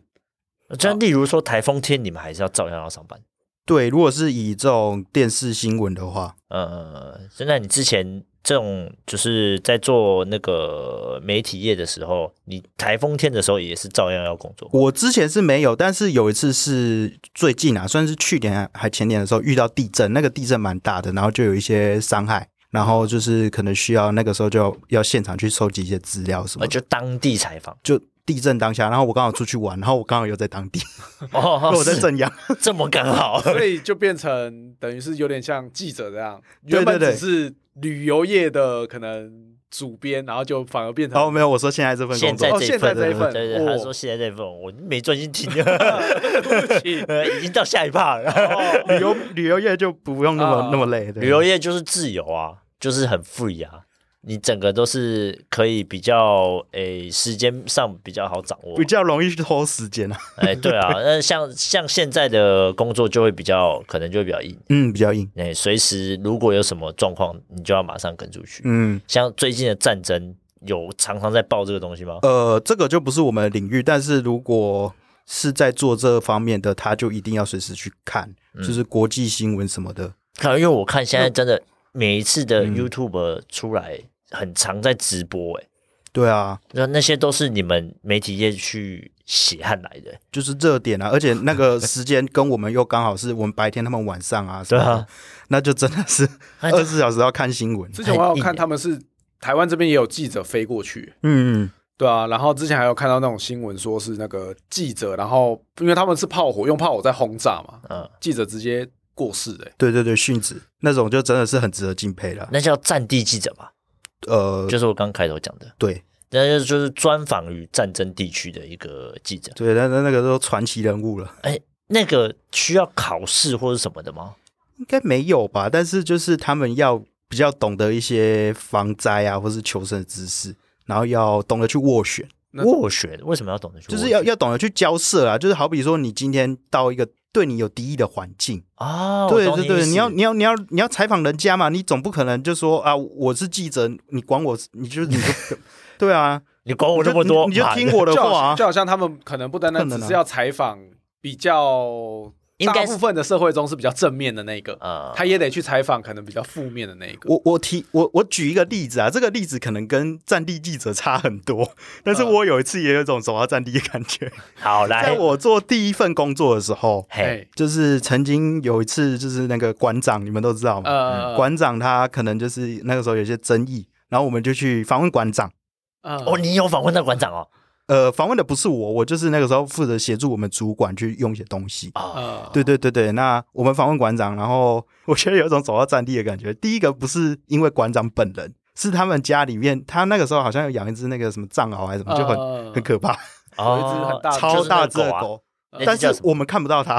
Speaker 3: 啊
Speaker 2: 就例如说台风天，你们还是要照样要上班。
Speaker 3: 对，如果是以这种电视新闻的话，
Speaker 2: 呃，真的，你之前这种就是在做那个媒体业的时候，你台风天的时候也是照样要工作。
Speaker 3: 我之前是没有，但是有一次是最近啊，算是去年还前年的时候遇到地震，那个地震蛮大的，然后就有一些伤害，然后就是可能需要那个时候就要现场去收集一些资料什么
Speaker 2: 呃，
Speaker 3: 的，
Speaker 2: 就当地采访
Speaker 3: 就地震当下，然后我刚好出去玩，然后我刚好又在当地，
Speaker 2: 哦，
Speaker 3: 我在
Speaker 2: 是
Speaker 3: 正阳，
Speaker 2: 这么刚好，
Speaker 1: 所以就变成等于是有点像记者这样，
Speaker 3: 对
Speaker 1: 原本只
Speaker 3: 对对
Speaker 1: 是旅游业的可能主编，然后就反而变成
Speaker 3: 然哦后没有我说现在这份
Speaker 2: 现
Speaker 3: 工作
Speaker 2: 在，
Speaker 1: 哦
Speaker 2: 这
Speaker 1: 现在这一份
Speaker 2: 对对，
Speaker 1: 哦
Speaker 2: 他说现在这一份，我没专心
Speaker 1: (laughs)
Speaker 2: 听，
Speaker 1: 对不起
Speaker 2: 呃，已经到下一趴了。
Speaker 1: 哦
Speaker 3: 旅游旅游业就不用那么、
Speaker 1: 啊
Speaker 3: 那么累，对
Speaker 2: 哦旅游业就是自由啊，就是很 free 啊，你整个都是可以比较诶时间上比较好掌握
Speaker 3: 比。较容易拖时间啊，
Speaker 2: 哎，对啊，那像像现在的工作就会比较可能就会比较硬。
Speaker 3: 嗯，比较硬，
Speaker 2: 哎，随时如果有什么状况，你就要马上跟出去。
Speaker 3: 嗯。
Speaker 2: 像最近的战争，有常常在报这个东西吗？
Speaker 3: 呃，这个就不是我们的领域，但是如果是在做这方面的，他就一定要随时去看，
Speaker 2: 嗯
Speaker 3: 就是国际新闻什么的。
Speaker 2: 看，因为我看现在真
Speaker 3: 嗯
Speaker 2: 的每一次的 YouTube 出来，很常在直播、欸，哎，
Speaker 3: 对啊，
Speaker 2: 那那些都是你们媒体业去血汗来的、
Speaker 3: 就是热点啊，而且那个时间跟我们又刚好是我们白天，他们晚上啊，
Speaker 2: 对啊
Speaker 3: 什么的，那就真的是
Speaker 2: 哎
Speaker 3: 二十四小时要看新闻。
Speaker 1: 之前我还有看他们是台湾这边也有记者飞过去，
Speaker 3: 嗯，
Speaker 1: 对啊，然后之前还有看到那种新闻，说是那个记者，然后因为他们是炮火，用炮火在轰炸嘛，
Speaker 2: 嗯，
Speaker 1: 记者直接过世的、欸
Speaker 3: 对对对，殉职那种就真的是很值得敬佩了。
Speaker 2: 那叫战地记者吧，
Speaker 3: 呃，
Speaker 2: 就是我刚开头讲的，
Speaker 3: 对
Speaker 2: 那就是就是专访于战争地区的一个记者。
Speaker 3: 对，那那那个都传奇人物了，
Speaker 2: 哎、那个需要考试或者什么的吗？
Speaker 3: 应该没有吧？但是就是他们要比较懂得一些防灾啊，或是求生的知识，然后要懂得去斡旋。
Speaker 1: 那
Speaker 2: 斡旋为什么要懂得去斡旋？
Speaker 3: 就是要要懂得去交涉啊，就是好比说你今天到一个对你有敌意的环境，
Speaker 2: 啊，我
Speaker 3: 对
Speaker 2: 懂
Speaker 3: 对
Speaker 2: 意
Speaker 3: 对，
Speaker 2: 思
Speaker 3: 你要你要你要你要采访人家嘛，你总不可能就说啊我是记者，你管我，你就你
Speaker 2: (laughs)
Speaker 3: 就对啊，
Speaker 2: 你管我
Speaker 3: 就
Speaker 2: 那么多，
Speaker 3: 你你就
Speaker 2: 妈的
Speaker 3: 听我的
Speaker 1: 就好
Speaker 3: 话啊
Speaker 1: 像，就好像他们可能不单单
Speaker 3: 不可
Speaker 1: 只
Speaker 3: 能啊
Speaker 1: 是要采访比较
Speaker 2: 应
Speaker 1: 大
Speaker 2: 该
Speaker 1: 部
Speaker 2: 是
Speaker 1: 分的社会中是比较正面的那一个，
Speaker 2: 啊
Speaker 1: 他也得去采访可能比较负面的那一个。
Speaker 3: 呃我我提我我举一个例子啊，这个例子可能跟战地记者差很多，但是
Speaker 1: 嗯
Speaker 3: 我有一次也有一种走到战地的感觉。
Speaker 2: 好来
Speaker 3: 在，我做第一份工作的时候，
Speaker 2: 嘿
Speaker 1: 哎，
Speaker 3: 就是曾经有一次，就是那个馆长，你们都知道嘛，
Speaker 1: 呃，
Speaker 3: 馆长他可能就是那个时候有一些争议，然后我们就去访问馆长。
Speaker 1: 呃
Speaker 2: 哦，你有访问到馆长哦，
Speaker 3: 呃，访问的不是我，我就是那个时候负责协助我们主管去用一些东西。
Speaker 2: 哦
Speaker 1: 呃，
Speaker 3: 对对对对，那我们访问馆长，然后我觉得有一种走到战地的感觉。第一个不是因为馆长本人，是他们家里面，他那个时候好像有养一只那个什么藏獒还是什么，就很、
Speaker 1: 很
Speaker 3: 很可怕，
Speaker 1: 有一只很大的
Speaker 3: 超大只
Speaker 2: 啊哦就是那
Speaker 3: 的
Speaker 2: 个狗呃
Speaker 3: 狗，
Speaker 2: 那只
Speaker 3: 但
Speaker 2: 叫
Speaker 3: 是
Speaker 2: 什么啊
Speaker 3: 我们看不
Speaker 2: (laughs)
Speaker 3: 到它。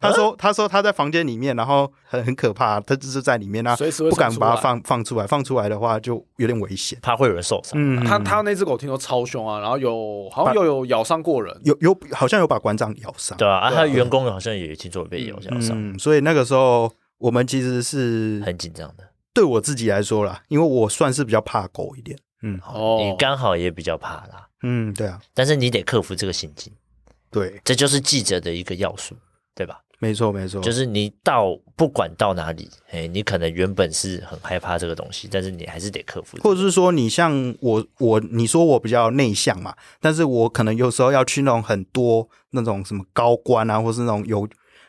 Speaker 3: 他说：“他说他在房间里面，然后很很可怕，他就是在里面啊，
Speaker 1: 随时会
Speaker 3: 不敢
Speaker 1: 冲出
Speaker 3: 把它
Speaker 1: 来
Speaker 3: 放放出来，放出来的话就有点危险。
Speaker 2: 怕会有人受伤。
Speaker 3: 嗯，
Speaker 1: 他他那只狗听说超凶啊，然后有好像又有咬伤过人，
Speaker 3: 有有好像有把馆长咬伤，
Speaker 2: 对啊，啊，
Speaker 1: 对啊
Speaker 2: 他的员工好像也听说被咬咬伤，
Speaker 3: 嗯，所以那个时候我们其实是
Speaker 2: 很紧张的。
Speaker 3: 对我自己来说啦，因为我算是比较怕狗一点。嗯
Speaker 1: 哦
Speaker 2: 你刚好也比较怕啦，
Speaker 3: 嗯，对啊，
Speaker 2: 但是你得克服这个心境，
Speaker 3: 对，
Speaker 2: 这就是记者的一个要素，对吧？
Speaker 3: 没错没错，
Speaker 2: 就是你到不管到哪里，哎，你可能原本是很害怕这个东西，但是你还是得克服。
Speaker 3: 或者是说你像我我你说我比较内向嘛，但是我可能有时候要去那种很多那种什么高官啊，或是那种有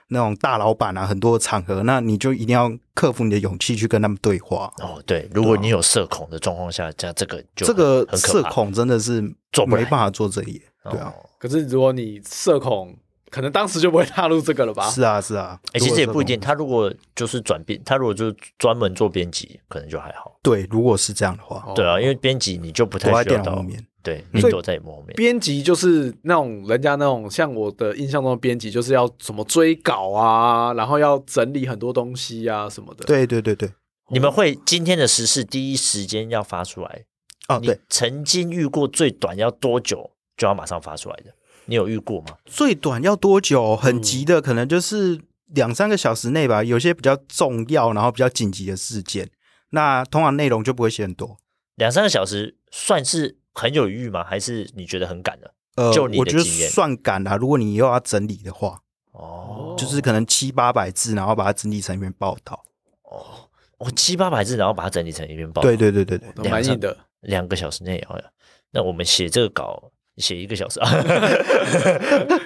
Speaker 3: 那种大老板啊，很多的场合，那你就一定要克服你的勇气去跟他们对话。
Speaker 2: 哦，对，如果你有社恐的状况下，这样这个就
Speaker 3: 这个
Speaker 2: 很可
Speaker 3: 社
Speaker 2: 怕
Speaker 3: 恐真的是
Speaker 2: 做不来
Speaker 3: 没办法做这一，
Speaker 2: 哦
Speaker 3: 对啊，
Speaker 1: 可是如果你社恐，可能当时就不会踏入这个了吧？
Speaker 3: 是啊是啊，
Speaker 2: 哎、其实也不
Speaker 3: 如果
Speaker 2: 一定。他如果就是转变，他如果就是专门做编辑，可能就还好。
Speaker 3: 对，如果是这样的话，
Speaker 1: 哦
Speaker 2: 对啊，因为编辑你就不太
Speaker 3: 躲在
Speaker 2: 需要
Speaker 3: 电脑
Speaker 2: 到
Speaker 3: 后，面，
Speaker 2: 对，你
Speaker 1: 所以
Speaker 2: 躲在荧幕后面。
Speaker 1: 编辑就是那种人家那种，像我的印象中的编辑就是要什么追稿啊，然后要整理很多东西啊什么的。，
Speaker 3: 对对对对，
Speaker 2: 你们会今天的时事第一时间要发出来。
Speaker 3: 哦
Speaker 2: 你
Speaker 3: 对，
Speaker 2: 曾经遇过最短要多久就要马上发出来的？你有遇过吗？
Speaker 3: 最短要多久？很
Speaker 1: 嗯
Speaker 3: 急的，可能就是两三个小时内吧。有些比较重要，然后比较紧急的事件，那通常内容就不会写很多。
Speaker 2: 两三个小时算是很有余裕吗？还是你觉得很赶了？
Speaker 3: 呃，
Speaker 2: 就你的
Speaker 3: 我觉得
Speaker 2: 经验
Speaker 3: 算赶啦、如果你又要整理的话，
Speaker 2: 哦，
Speaker 3: 就是可能七八百字，然后把它整理成一篇报道。
Speaker 2: 我哦七八百字，然后把它整理成一篇报。
Speaker 3: 对，对对
Speaker 2: (laughs)
Speaker 3: 对对，
Speaker 1: 都蛮硬的。
Speaker 2: 两个小时内好像。那我们写这个稿写一个小时
Speaker 3: (laughs)
Speaker 2: 啊，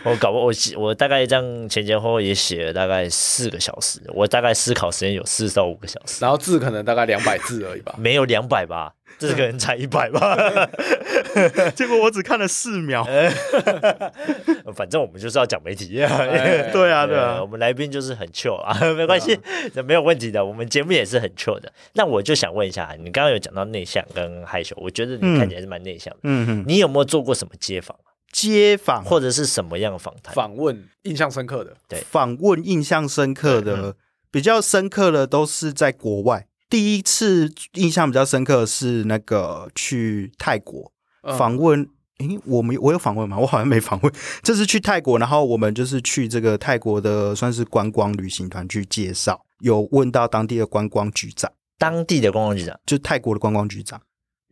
Speaker 2: 我搞不我写我大概这样前前后后也写了大概四个小时，我大概思考时间有四到五个小时，
Speaker 1: 然后字可能大概两百字而已
Speaker 2: (laughs)
Speaker 1: 吧。
Speaker 2: 没有两百吧，这个人才一百吧。
Speaker 3: 结果我只看了四
Speaker 2: (laughs)
Speaker 3: 秒。
Speaker 2: 反正我们就是要讲媒体、啊，
Speaker 1: 哎
Speaker 3: (laughs) 对啊对啊
Speaker 2: 我们来宾就是很 chill 啊， (laughs) 没关系，这、没有问题的。我们节目也是很 chill 的。那我就想问一下，你刚刚有讲到内向跟害羞，我觉得你看起来是蛮内向的。
Speaker 3: 嗯哼，
Speaker 2: 你有没有做过什么街访，啊
Speaker 3: 街访
Speaker 2: 或者是什么样的访谈？
Speaker 1: 访问印象深刻的，
Speaker 2: 对嗯
Speaker 3: 访问印象深刻的，比较深刻的都是在国外。第一次印象比较深刻的是那个去泰国
Speaker 1: 嗯
Speaker 3: 访问，诶、我们我有访问吗？我好像没访问。 (laughs) 这次去泰国，然后我们就是去这个泰国的算是观光旅行团去介绍，有问到当地的观光局长，
Speaker 2: 当地的观光局长，
Speaker 3: 就泰国的观光局长。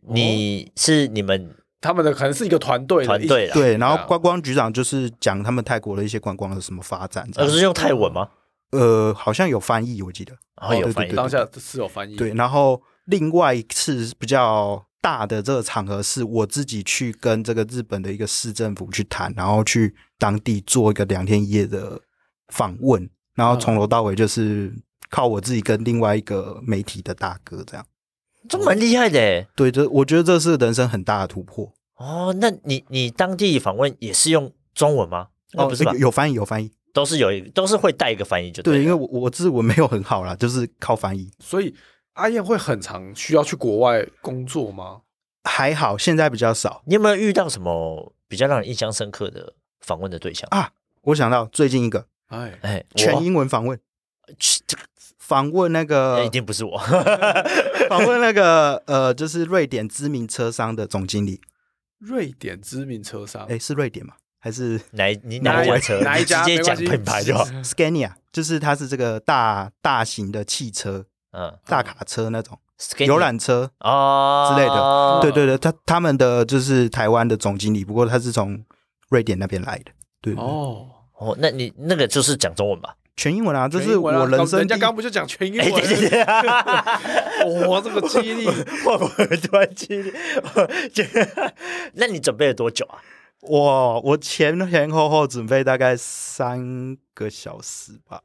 Speaker 2: 你
Speaker 3: 哦
Speaker 2: 是你
Speaker 3: 嗯
Speaker 2: 们
Speaker 1: 哦他们的可能是一个团队的
Speaker 2: 团队啦
Speaker 3: 对，然
Speaker 1: 对
Speaker 3: 后
Speaker 1: 啊
Speaker 3: 观光局长就是讲他们泰国的一些观光的什么发展这
Speaker 2: 呃
Speaker 3: 样
Speaker 2: 是
Speaker 3: 子。
Speaker 2: 用泰文吗？
Speaker 3: 呃，好像有翻译，我记得。
Speaker 2: 然后有
Speaker 3: 哦对对
Speaker 2: 翻译
Speaker 1: 当下是有翻译，
Speaker 3: 对，，然后另外一次比较大的这个场合是我自己去跟这个日本的一个市政府去谈，然后去当地做一个两天一夜的访问，然后
Speaker 2: 嗯
Speaker 3: 从头到尾就是靠我自己跟另外一个媒体的大哥这样。
Speaker 2: 这蛮厉害的欸
Speaker 3: 对，这我觉得这是人生很大的突破。
Speaker 2: 哦。那你你当地访问也是用中文吗？哦，不是吧
Speaker 3: 有？有翻译，有翻译。
Speaker 2: 都是有一都是会带一个翻译就
Speaker 3: 对，
Speaker 2: 了
Speaker 3: 因为我我自我没有很好啦，就是靠翻译。
Speaker 1: 所以阿燕会很常需要去国外工作吗？
Speaker 3: 还好，现在比较少。
Speaker 2: 你有没有遇到什么比较让人印象深刻的访问的对象？
Speaker 3: 啊我想到最近一个
Speaker 1: 哎，
Speaker 2: 哎，我呃
Speaker 3: 全英文访问，
Speaker 2: 这个哎
Speaker 3: 访问那个
Speaker 2: 那一定不是我。 (laughs)
Speaker 3: (laughs) 访问那个呃，就是瑞典知名车商的总经理，
Speaker 1: 瑞典知名车商，
Speaker 2: 哎
Speaker 3: 诶，是瑞典吗？还是
Speaker 2: 哪一你
Speaker 1: 哪
Speaker 2: 哪
Speaker 1: 一
Speaker 2: 一家车？
Speaker 1: 哪一
Speaker 2: 你
Speaker 1: 家
Speaker 2: (laughs) 直接
Speaker 1: 没关
Speaker 2: 讲
Speaker 1: 系
Speaker 2: 品牌就好。
Speaker 1: 嗯
Speaker 3: Scania？就是它是这个大大型的汽
Speaker 1: 哦
Speaker 3: 车、
Speaker 2: 嗯，
Speaker 3: 大卡车那种
Speaker 2: Scania
Speaker 3: 游览车。
Speaker 2: 哦
Speaker 3: 之类的对
Speaker 2: 对
Speaker 3: 对对，他他们的就是台湾的总经理，不过他是从瑞典那边来的。对，对对
Speaker 1: 哦，
Speaker 2: 哦，那你那个就是讲中文吧？
Speaker 3: 全英文啊，这
Speaker 1: 全
Speaker 3: 是
Speaker 1: 英文啊
Speaker 3: 我人
Speaker 1: 刚
Speaker 3: 生
Speaker 1: 人家
Speaker 3: 第
Speaker 1: 刚不就讲全英
Speaker 2: 哎，
Speaker 1: 文？
Speaker 2: 对对对，
Speaker 1: (laughs) 哇，这个激励，
Speaker 2: 我我突然记得，我觉得那你准备了多久啊？
Speaker 3: 哇，我前前后后准备大概三个小时吧，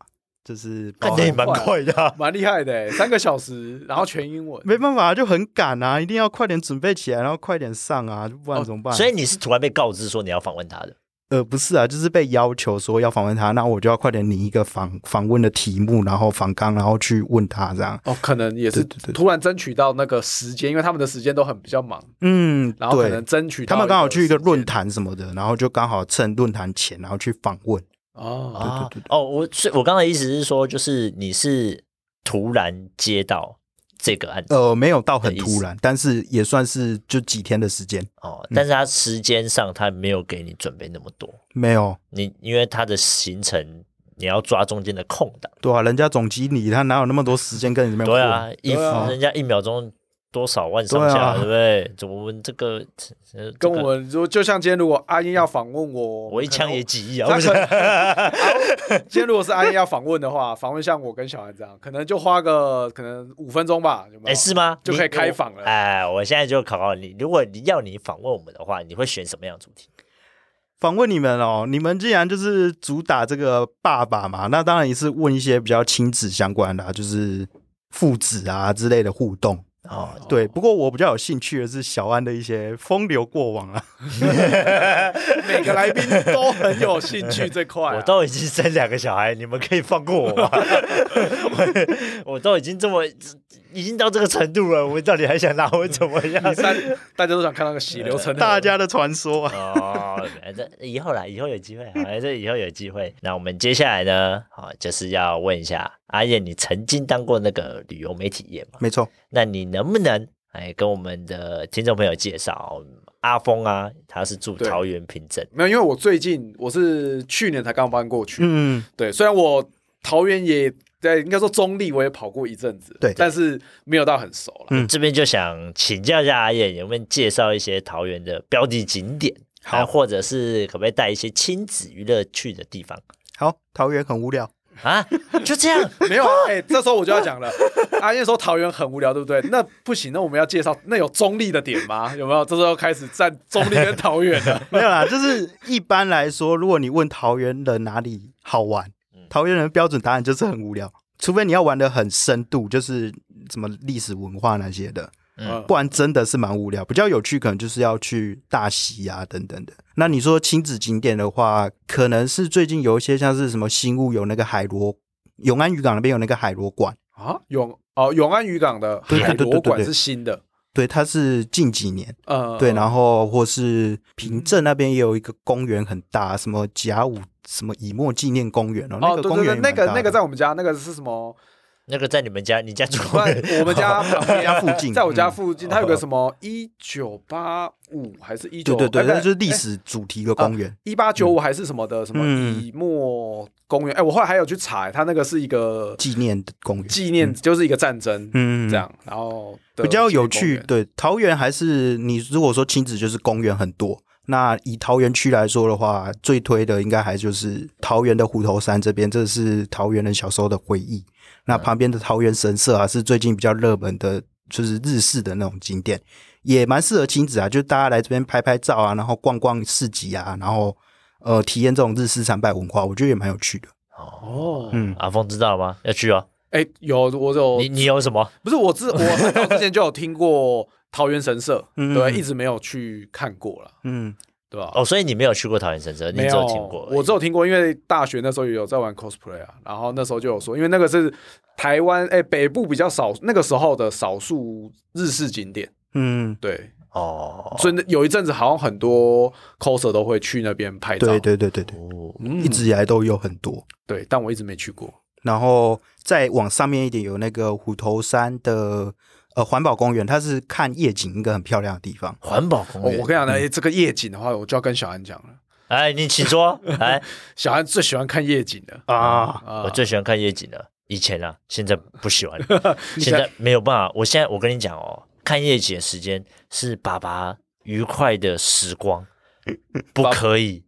Speaker 3: 就是
Speaker 2: 看
Speaker 3: 包含
Speaker 2: 起来也蛮快的啊、
Speaker 1: 蛮厉害的欸，三个小时，然后全英文。
Speaker 3: 没办法，就很赶啊，一定要快点准备起来，然后快点上啊，不
Speaker 1: 哦
Speaker 3: 然怎么办？
Speaker 2: 所以你是突然被告知说你要访问他的，
Speaker 3: 呃，不是啊，就是被要求说要访问他，那我就要快点拟一个访访问的题目，然后访纲，然后去问他这样。
Speaker 1: 哦，可能也是
Speaker 3: 对对对
Speaker 1: 突然争取到那个时间，因为他们的时间都很比较忙，
Speaker 3: 嗯，
Speaker 1: 然后可
Speaker 3: 对
Speaker 1: 能争取到
Speaker 3: 他们刚好去一个
Speaker 1: 时间
Speaker 3: 论坛什么的，然后就刚好趁论坛前，然后去访问。
Speaker 1: 哦，
Speaker 2: 啊，哦，我所以我刚才意思是说，就是你是突然接到这个案子、
Speaker 3: 呃，没有到很
Speaker 2: 的意思
Speaker 3: 突然，但是也算是就几天的时间，
Speaker 2: 哦，
Speaker 1: 嗯
Speaker 2: 但是他时间上他没有给你准备那么多，
Speaker 3: 没有。
Speaker 2: 你因为他的行程你要抓中间的空档，
Speaker 3: 对啊，人家总经理他哪有那么多时间跟你们
Speaker 2: 对啊，一
Speaker 1: 对啊
Speaker 2: 人家一秒钟多少万上
Speaker 3: 对
Speaker 2: 下，
Speaker 3: 啊
Speaker 2: 对不对？怎么我们这个呃
Speaker 1: 跟
Speaker 2: 这
Speaker 1: 我
Speaker 2: 个
Speaker 1: 们如就像今天如果阿英要访问我，
Speaker 2: 我一
Speaker 1: 可
Speaker 2: 枪
Speaker 1: 能
Speaker 2: 也几亿啊，
Speaker 1: 那
Speaker 2: 不是
Speaker 1: 可？能 (laughs) 今天如果是阿燕要访问的话， (laughs) 访问像我跟小韩这样，可能就花个可能五分钟吧，有没
Speaker 2: 哎，
Speaker 1: 有？
Speaker 2: 是吗？
Speaker 1: 就可以
Speaker 2: 你
Speaker 1: 开访了
Speaker 2: 哎，我现在就考考你，如果你要你访问我们的话，你会选什么样的主题？
Speaker 3: 访问你们哦，你们既然就是主打这个爸爸嘛，那当然也是问一些比较亲子相关的、啊，就是父子啊之类的互动。
Speaker 2: 哦，
Speaker 3: 对，不过我比较有兴趣的是小安的一些风流过往啊。
Speaker 1: 每个来宾都很有兴趣这块啊、
Speaker 2: 我都已经生两个小孩，你们可以放过
Speaker 1: (laughs)
Speaker 2: 我吗？我我都已经这么已经到这个程度了，我到底还想拿我怎么样？
Speaker 1: 第三，大家都想看到个血流成河
Speaker 3: 大家的传说啊，
Speaker 2: 哦，这以后啦，以后有机会，好，这以后有机会。那我们接下来呢，好，就是要问一下阿燕，你曾经当过那个旅游媒体业嘛？
Speaker 3: 没错。
Speaker 2: 那你能不能哎跟我们的听众朋友介绍阿峰啊？他是住
Speaker 1: 对
Speaker 2: 桃园平镇，
Speaker 1: 没有，因为我最近我是去年才刚搬过去，
Speaker 3: 嗯，
Speaker 1: 对，虽然我桃园也对，应该说中立我也跑过一阵子，
Speaker 3: 对
Speaker 1: 但是没有到很熟
Speaker 3: (laughs)
Speaker 1: 了。
Speaker 3: 嗯
Speaker 2: 这边就想请教一下阿燕，有没有介绍一些桃园的标的景点？
Speaker 3: 好
Speaker 2: 啊或者是可不可以带一些亲子娱乐去的地方
Speaker 3: 好，桃园很无聊。
Speaker 2: 啊？就这样， (laughs)
Speaker 1: 没有啊，哎、这时候我就要讲了，阿燕说桃园很无聊，对不对？那不行，那我们要介绍那有中立的点吗？有没有？这时候开始站中立跟桃园了。
Speaker 3: (laughs) 没有啦，就是一般来说，如果你问桃园人哪里好玩，桃园人的标准答案就是很无聊，除非你要玩的很深度，就是什么历史文化那些的，
Speaker 1: 嗯
Speaker 3: 不然真的是蛮无聊。比较有趣，可能就是要去大溪啊等等的。那你说亲子景点的话，可能是最近有一些像是什么新屋有那个海螺，永安渔港那边有那个海螺馆，
Speaker 1: 啊，永哦永安渔港的
Speaker 3: 对
Speaker 1: 海
Speaker 3: 对对
Speaker 1: 螺
Speaker 3: 对
Speaker 1: 馆
Speaker 3: 对
Speaker 1: 是新的，
Speaker 3: 对，它是近几年。
Speaker 1: 呃，
Speaker 3: 对，然后或是平
Speaker 1: 嗯
Speaker 3: 镇那边也有一个公园很大，什么甲午什么乙墨纪念公园哦，
Speaker 1: 哦，
Speaker 3: 那个
Speaker 1: 对
Speaker 3: 公
Speaker 1: 对对
Speaker 3: 园，
Speaker 1: 那个那个在
Speaker 3: 在
Speaker 1: 我们家，那个是什么？
Speaker 2: 那个在你们家，你家住
Speaker 1: 不然我们家旁边
Speaker 3: 家附近
Speaker 1: 在我家
Speaker 3: 嗯
Speaker 1: 附近，它有个什么一九八五还是一九？
Speaker 3: 对对对，
Speaker 1: 哎不哎
Speaker 3: 那就是历史主题的公园，
Speaker 1: 一八九五还是什么的什么
Speaker 3: 嗯
Speaker 1: 以墨公园？哎，我后来还有去查，它那个是一个
Speaker 3: 纪念的公园，
Speaker 1: 纪念，就是一个战争，
Speaker 3: 嗯，
Speaker 1: 这。样，然后的
Speaker 3: 比较有
Speaker 1: 纪念公
Speaker 3: 趣，
Speaker 1: 园，
Speaker 3: 对桃园还是你如果说亲子就是公园很多，那以桃园区来说的话，最推的应该还就是桃园的虎头山这边，这是桃园人小时候的回忆。
Speaker 1: 嗯
Speaker 3: 那旁边的桃园神社啊，是最近比较热门的，就是日式的那种景点，也蛮适合亲子啊，就大家来这边拍拍照啊，然后逛逛市集啊，然后呃体验这种日式参拜文化，我觉得也蛮有趣的。
Speaker 2: 哦，
Speaker 1: 哦，
Speaker 3: 嗯，
Speaker 2: (laughs) 阿峰知道吗？要去哦。
Speaker 1: 哎，有我有
Speaker 2: 你你有什么？
Speaker 1: 不是我之我很早之前就有听过桃园神社，
Speaker 3: 嗯
Speaker 1: 对，一直没有去看过了，
Speaker 3: 嗯，
Speaker 1: 对吧？
Speaker 2: 哦，所以你没有去过桃园神社，你
Speaker 1: 没
Speaker 2: 只
Speaker 1: 有
Speaker 2: 听过而已。
Speaker 1: 我只有听过，因为大学那时候也有在玩 cosplay 啊，然后那时候就有说，因为那个是台湾哎、北部比较少，那个时候的少数日式景点，
Speaker 3: 嗯，
Speaker 1: 对，
Speaker 2: 哦，
Speaker 1: 所以那有一阵子好像很多 coser 都会去那边拍照，
Speaker 3: 对对对对对，
Speaker 2: 哦
Speaker 1: 嗯，
Speaker 3: 一直以来都有很多。
Speaker 1: 对，但我一直没去过，
Speaker 3: 然后再往上面一点有那个虎头山的呃环保公园，它是看夜景一个很漂亮的地方。
Speaker 2: 环保公
Speaker 1: 哦、
Speaker 2: 园
Speaker 1: 我跟你。讲呢、哎这个夜景的话，我就要跟小韩讲了，
Speaker 2: 哎，你请说。哎，
Speaker 1: 小韩最喜欢看夜景的 (laughs)
Speaker 3: 啊，
Speaker 1: 啊， (laughs)
Speaker 2: 我最喜欢看夜景了。以前啊，现在不喜欢了，现在没有办法。我现在我跟你讲哦，看夜景的时间是爸爸愉快的时光，
Speaker 1: (laughs)
Speaker 2: 不可以，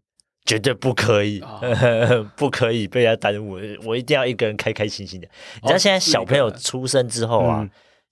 Speaker 2: 绝对不可以
Speaker 1: 啊，
Speaker 2: (laughs) 不可以被他耽误。我一定要一个人开开心
Speaker 1: 哦
Speaker 2: 心的。你知道现在小朋友出生之后啊，
Speaker 3: 嗯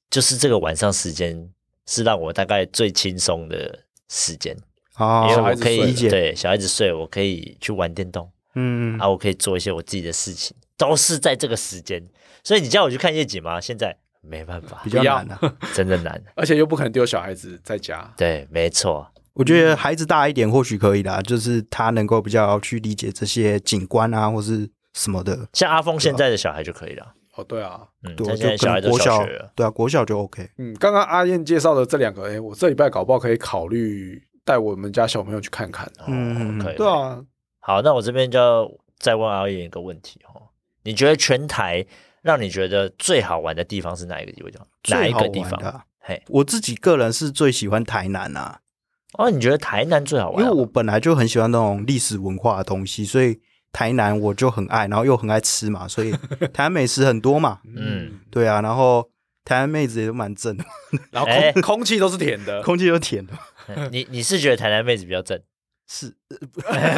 Speaker 2: 就是这个晚上时间是让我大概最轻松的时间，因为
Speaker 3: 啊，
Speaker 1: 小孩
Speaker 2: 我可
Speaker 1: 子睡
Speaker 2: 以
Speaker 3: 理解
Speaker 2: 对小孩子睡，我可以去玩电动。
Speaker 3: 嗯
Speaker 2: 啊，我可以做一些我自己的事情，都是在这个时间，所以你叫我去看夜景吗？现在没办法
Speaker 3: 比，较
Speaker 1: 要
Speaker 3: 难啊。
Speaker 2: 真的难。
Speaker 1: 而且又不可能丢小孩子在家。
Speaker 2: 对，没错，
Speaker 3: 我觉得孩子大一点或许可以啦，就是他能够比较去理解这些景观啊，或是什么的。
Speaker 2: 像阿峰现在的小孩就可以了。
Speaker 1: 哦，对啊，
Speaker 2: 嗯，
Speaker 3: 啊对，
Speaker 2: 他
Speaker 3: 就
Speaker 2: 现在小孩
Speaker 3: 跟
Speaker 2: 都
Speaker 3: 国
Speaker 2: 小
Speaker 3: 小
Speaker 2: 学了，，哦
Speaker 3: 对啊，国小就 OK。
Speaker 1: 嗯，刚刚阿燕介绍的这两个，哎，我这礼拜搞不好可以考虑带我们家小朋友去看啊看。
Speaker 3: 嗯
Speaker 2: 哦可以。
Speaker 1: 对啊，
Speaker 2: 好，那我这边就要再问阿燕一个问题哦，你觉得全台让你觉得最好玩的地方是哪一个地方？哪
Speaker 3: 最
Speaker 2: 一
Speaker 3: 好
Speaker 2: 个地
Speaker 3: 玩的
Speaker 2: 方？
Speaker 3: 啊，
Speaker 2: 嘿，
Speaker 3: 我自己个人是最喜欢台南啊，
Speaker 2: 哦，你觉得台南最好
Speaker 3: 因
Speaker 2: 玩啊？
Speaker 3: 为我本来就很喜欢那种历史文化的东西，所以台南我就很爱，然后又很爱吃
Speaker 2: (laughs)
Speaker 3: 嘛，所以台南美食很多嘛。
Speaker 2: 嗯，
Speaker 3: 对啊，然后台南妹子也都
Speaker 2: (laughs)
Speaker 3: 蛮正的，
Speaker 1: 然后
Speaker 2: 哎
Speaker 1: 空 (laughs) 空气都是甜的，
Speaker 3: 空气又甜的，
Speaker 2: 嘿你你是觉得台南妹子比较
Speaker 3: (laughs)
Speaker 2: 正？
Speaker 3: 是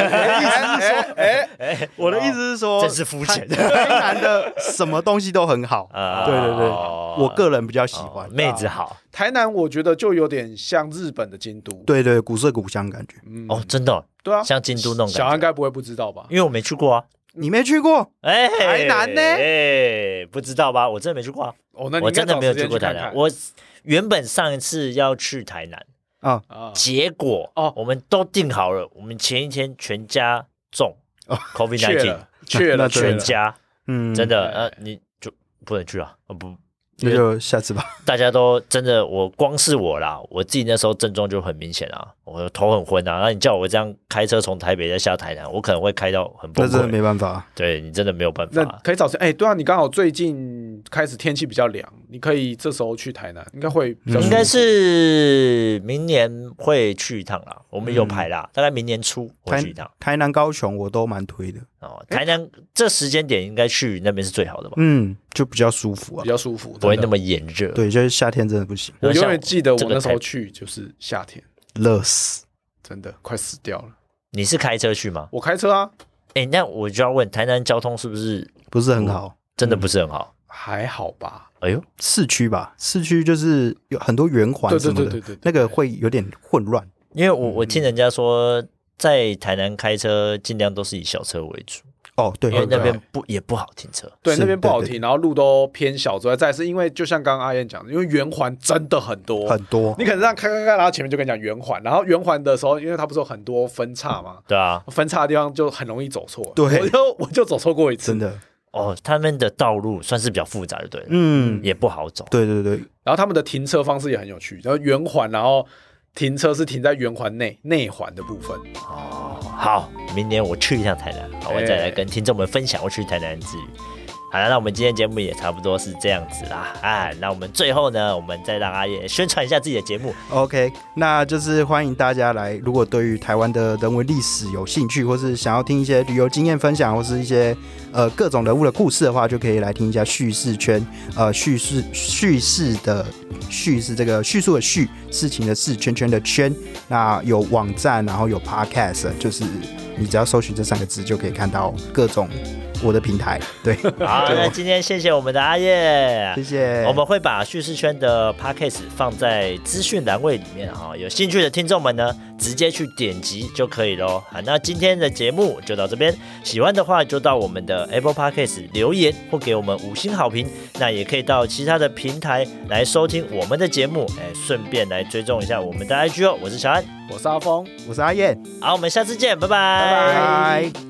Speaker 1: 哎哎哎，
Speaker 2: 哎，
Speaker 3: 我的意思是说，
Speaker 2: 真是肤浅
Speaker 3: 台台南的什么东西都很好，
Speaker 2: 啊
Speaker 3: (laughs) 对对
Speaker 2: (laughs)
Speaker 3: 对，
Speaker 2: 哦
Speaker 3: 我个人比较喜欢。啊
Speaker 2: 哦妹子好
Speaker 1: 台南我觉得就有点像日本的京都。，
Speaker 3: 对对，古色古香的感觉。
Speaker 1: 嗯
Speaker 2: 哦，真的哦
Speaker 1: 对啊，
Speaker 2: 像京都那种
Speaker 1: 小安
Speaker 2: 感觉，
Speaker 1: 该不会不知道吧
Speaker 2: 因？为我没去过啊。
Speaker 3: 你没去过？
Speaker 2: 哎，
Speaker 1: 台南呢
Speaker 2: 哎，不知道吧？我真的没去过啊，
Speaker 1: 哦，那你
Speaker 2: 我
Speaker 1: 应该
Speaker 2: 真的
Speaker 1: 找
Speaker 2: 没有
Speaker 1: 时
Speaker 2: 去
Speaker 1: 间
Speaker 2: 过
Speaker 1: 去
Speaker 2: 台
Speaker 1: 看
Speaker 2: 南。
Speaker 1: 看。
Speaker 2: 我原本上一次要去台南，
Speaker 1: 啊，
Speaker 2: 结果
Speaker 1: 哦
Speaker 2: 我们都订好了，我们前一天全家中
Speaker 3: 哦
Speaker 2: COVID
Speaker 1: 去
Speaker 2: nineteen，
Speaker 1: 了，去了，
Speaker 3: 那
Speaker 1: 去
Speaker 2: 全
Speaker 1: 了。
Speaker 2: 家
Speaker 3: 嗯，
Speaker 2: 真的
Speaker 1: 嗯
Speaker 2: 呃，你就不能去啊，呃不。
Speaker 3: 那就下次吧。
Speaker 2: 大家都真的，我光是我啦，我自己那时候症状就很明显啊，我头很昏啊。那你叫我这样开车从台北再下台南，我可能会开到很崩
Speaker 3: 那真的没
Speaker 2: 溃。(laughs)
Speaker 3: 办法。
Speaker 2: 对你真的没有办
Speaker 1: 那
Speaker 2: 法，
Speaker 1: 可以找时间哎，对啊，你刚好最近开始天气比较凉，你可以这时候去台南，应该会比较舒服
Speaker 2: 应该是明年会去一趟啦，我们有排啦，
Speaker 1: 嗯
Speaker 2: 大概明年初会
Speaker 3: 台
Speaker 2: 去一趟。
Speaker 3: 台南、高雄我都蛮推的，
Speaker 2: 哦，台南这时间点应该去那边是最好的吧，
Speaker 3: 嗯，就比较舒服啊
Speaker 1: 比。较舒服。
Speaker 2: 不会
Speaker 1: 真
Speaker 2: 那
Speaker 1: 的
Speaker 2: 么炎热。
Speaker 3: 对，就是夏天真的不行，
Speaker 1: 我永远记得我
Speaker 2: 这个
Speaker 1: 那时候
Speaker 2: 台
Speaker 1: 去就是夏天，
Speaker 3: 热死。
Speaker 1: 真的快死掉了。
Speaker 2: 你是开车去吗？
Speaker 1: 我开车啊，
Speaker 2: 哎，那我就要问，台南交通是不是
Speaker 3: 不是很
Speaker 2: 哦
Speaker 3: 好。
Speaker 2: 真的不是很好？
Speaker 1: 还好吧？
Speaker 2: 哎呦，
Speaker 3: 市区吧，市区就是有很多圆环
Speaker 1: 对
Speaker 3: 什
Speaker 1: 对对
Speaker 3: 么的，
Speaker 1: 对对，对
Speaker 3: 那个会有点混乱。
Speaker 2: 因为我
Speaker 1: 嗯
Speaker 2: 我听人家说，在台南开车尽量都是以小车为主，
Speaker 3: 哦，对，
Speaker 1: 嗯
Speaker 2: 因为
Speaker 3: 对
Speaker 2: 那边
Speaker 3: 对
Speaker 2: 不也不好停车。
Speaker 1: 对
Speaker 3: 是
Speaker 1: 那边不好
Speaker 3: 对对
Speaker 1: 停，然后路都偏小之外，再来是因为就像刚刚阿燕讲的，因为圆环真的很多，
Speaker 3: 很多
Speaker 1: 你可能这样开开开，然后前面就跟你讲圆环，然后圆环的时候，因为它不是有很多分叉嘛，
Speaker 2: 对啊，
Speaker 1: 分叉的地方就很容易走错。
Speaker 3: 对
Speaker 1: 我就我就走错过一次
Speaker 3: 真。的，
Speaker 2: 哦，他们的道路算是比较复杂的，对了，
Speaker 3: 嗯，
Speaker 2: 也不好走。
Speaker 3: 对对对，
Speaker 1: 然后他们的停车方式也很有趣，然后圆环，然后停车是停在圆环内内环的部分。
Speaker 2: 哦，好，明年我去一趟台南，好，我再来跟听众们分享我去台南之旅。好了，那我们今天节目也差不多是这样子啦，啊，那我们最后呢，我们再让阿叶宣传一下自己的节目。
Speaker 3: OK，那就是欢迎大家来。如果对于台湾的人文历史有兴趣，或是想要听一些旅游经验分享，或是一些呃各种人物的故事的话，就可以来听一下叙事圈。呃，叙事叙事的叙是这个叙述的叙，事情的事，圈圈的圈。那有网站，然后有 Podcast，就是你只要搜寻这三个字就可以看到各种我的平台。对，
Speaker 2: 好，那今天谢谢我们的阿叶，
Speaker 3: 谢谢。
Speaker 2: 我们会把叙事圈的 podcast 放在资讯栏位里面啊、有兴趣的听众们呢，直接去点击就可以喽。好，那今天的节目就到这边，喜欢的话就到我们的 Apple Podcast 留言或给我们五星好评，那也可以到其他的平台来收听我们的节目，哎，顺便来追踪一下我们的 IG 哦。我是小安，
Speaker 1: 我是阿峰，
Speaker 3: 我是阿燕，
Speaker 2: 好，我们下次见，拜拜
Speaker 1: 拜
Speaker 3: 拜。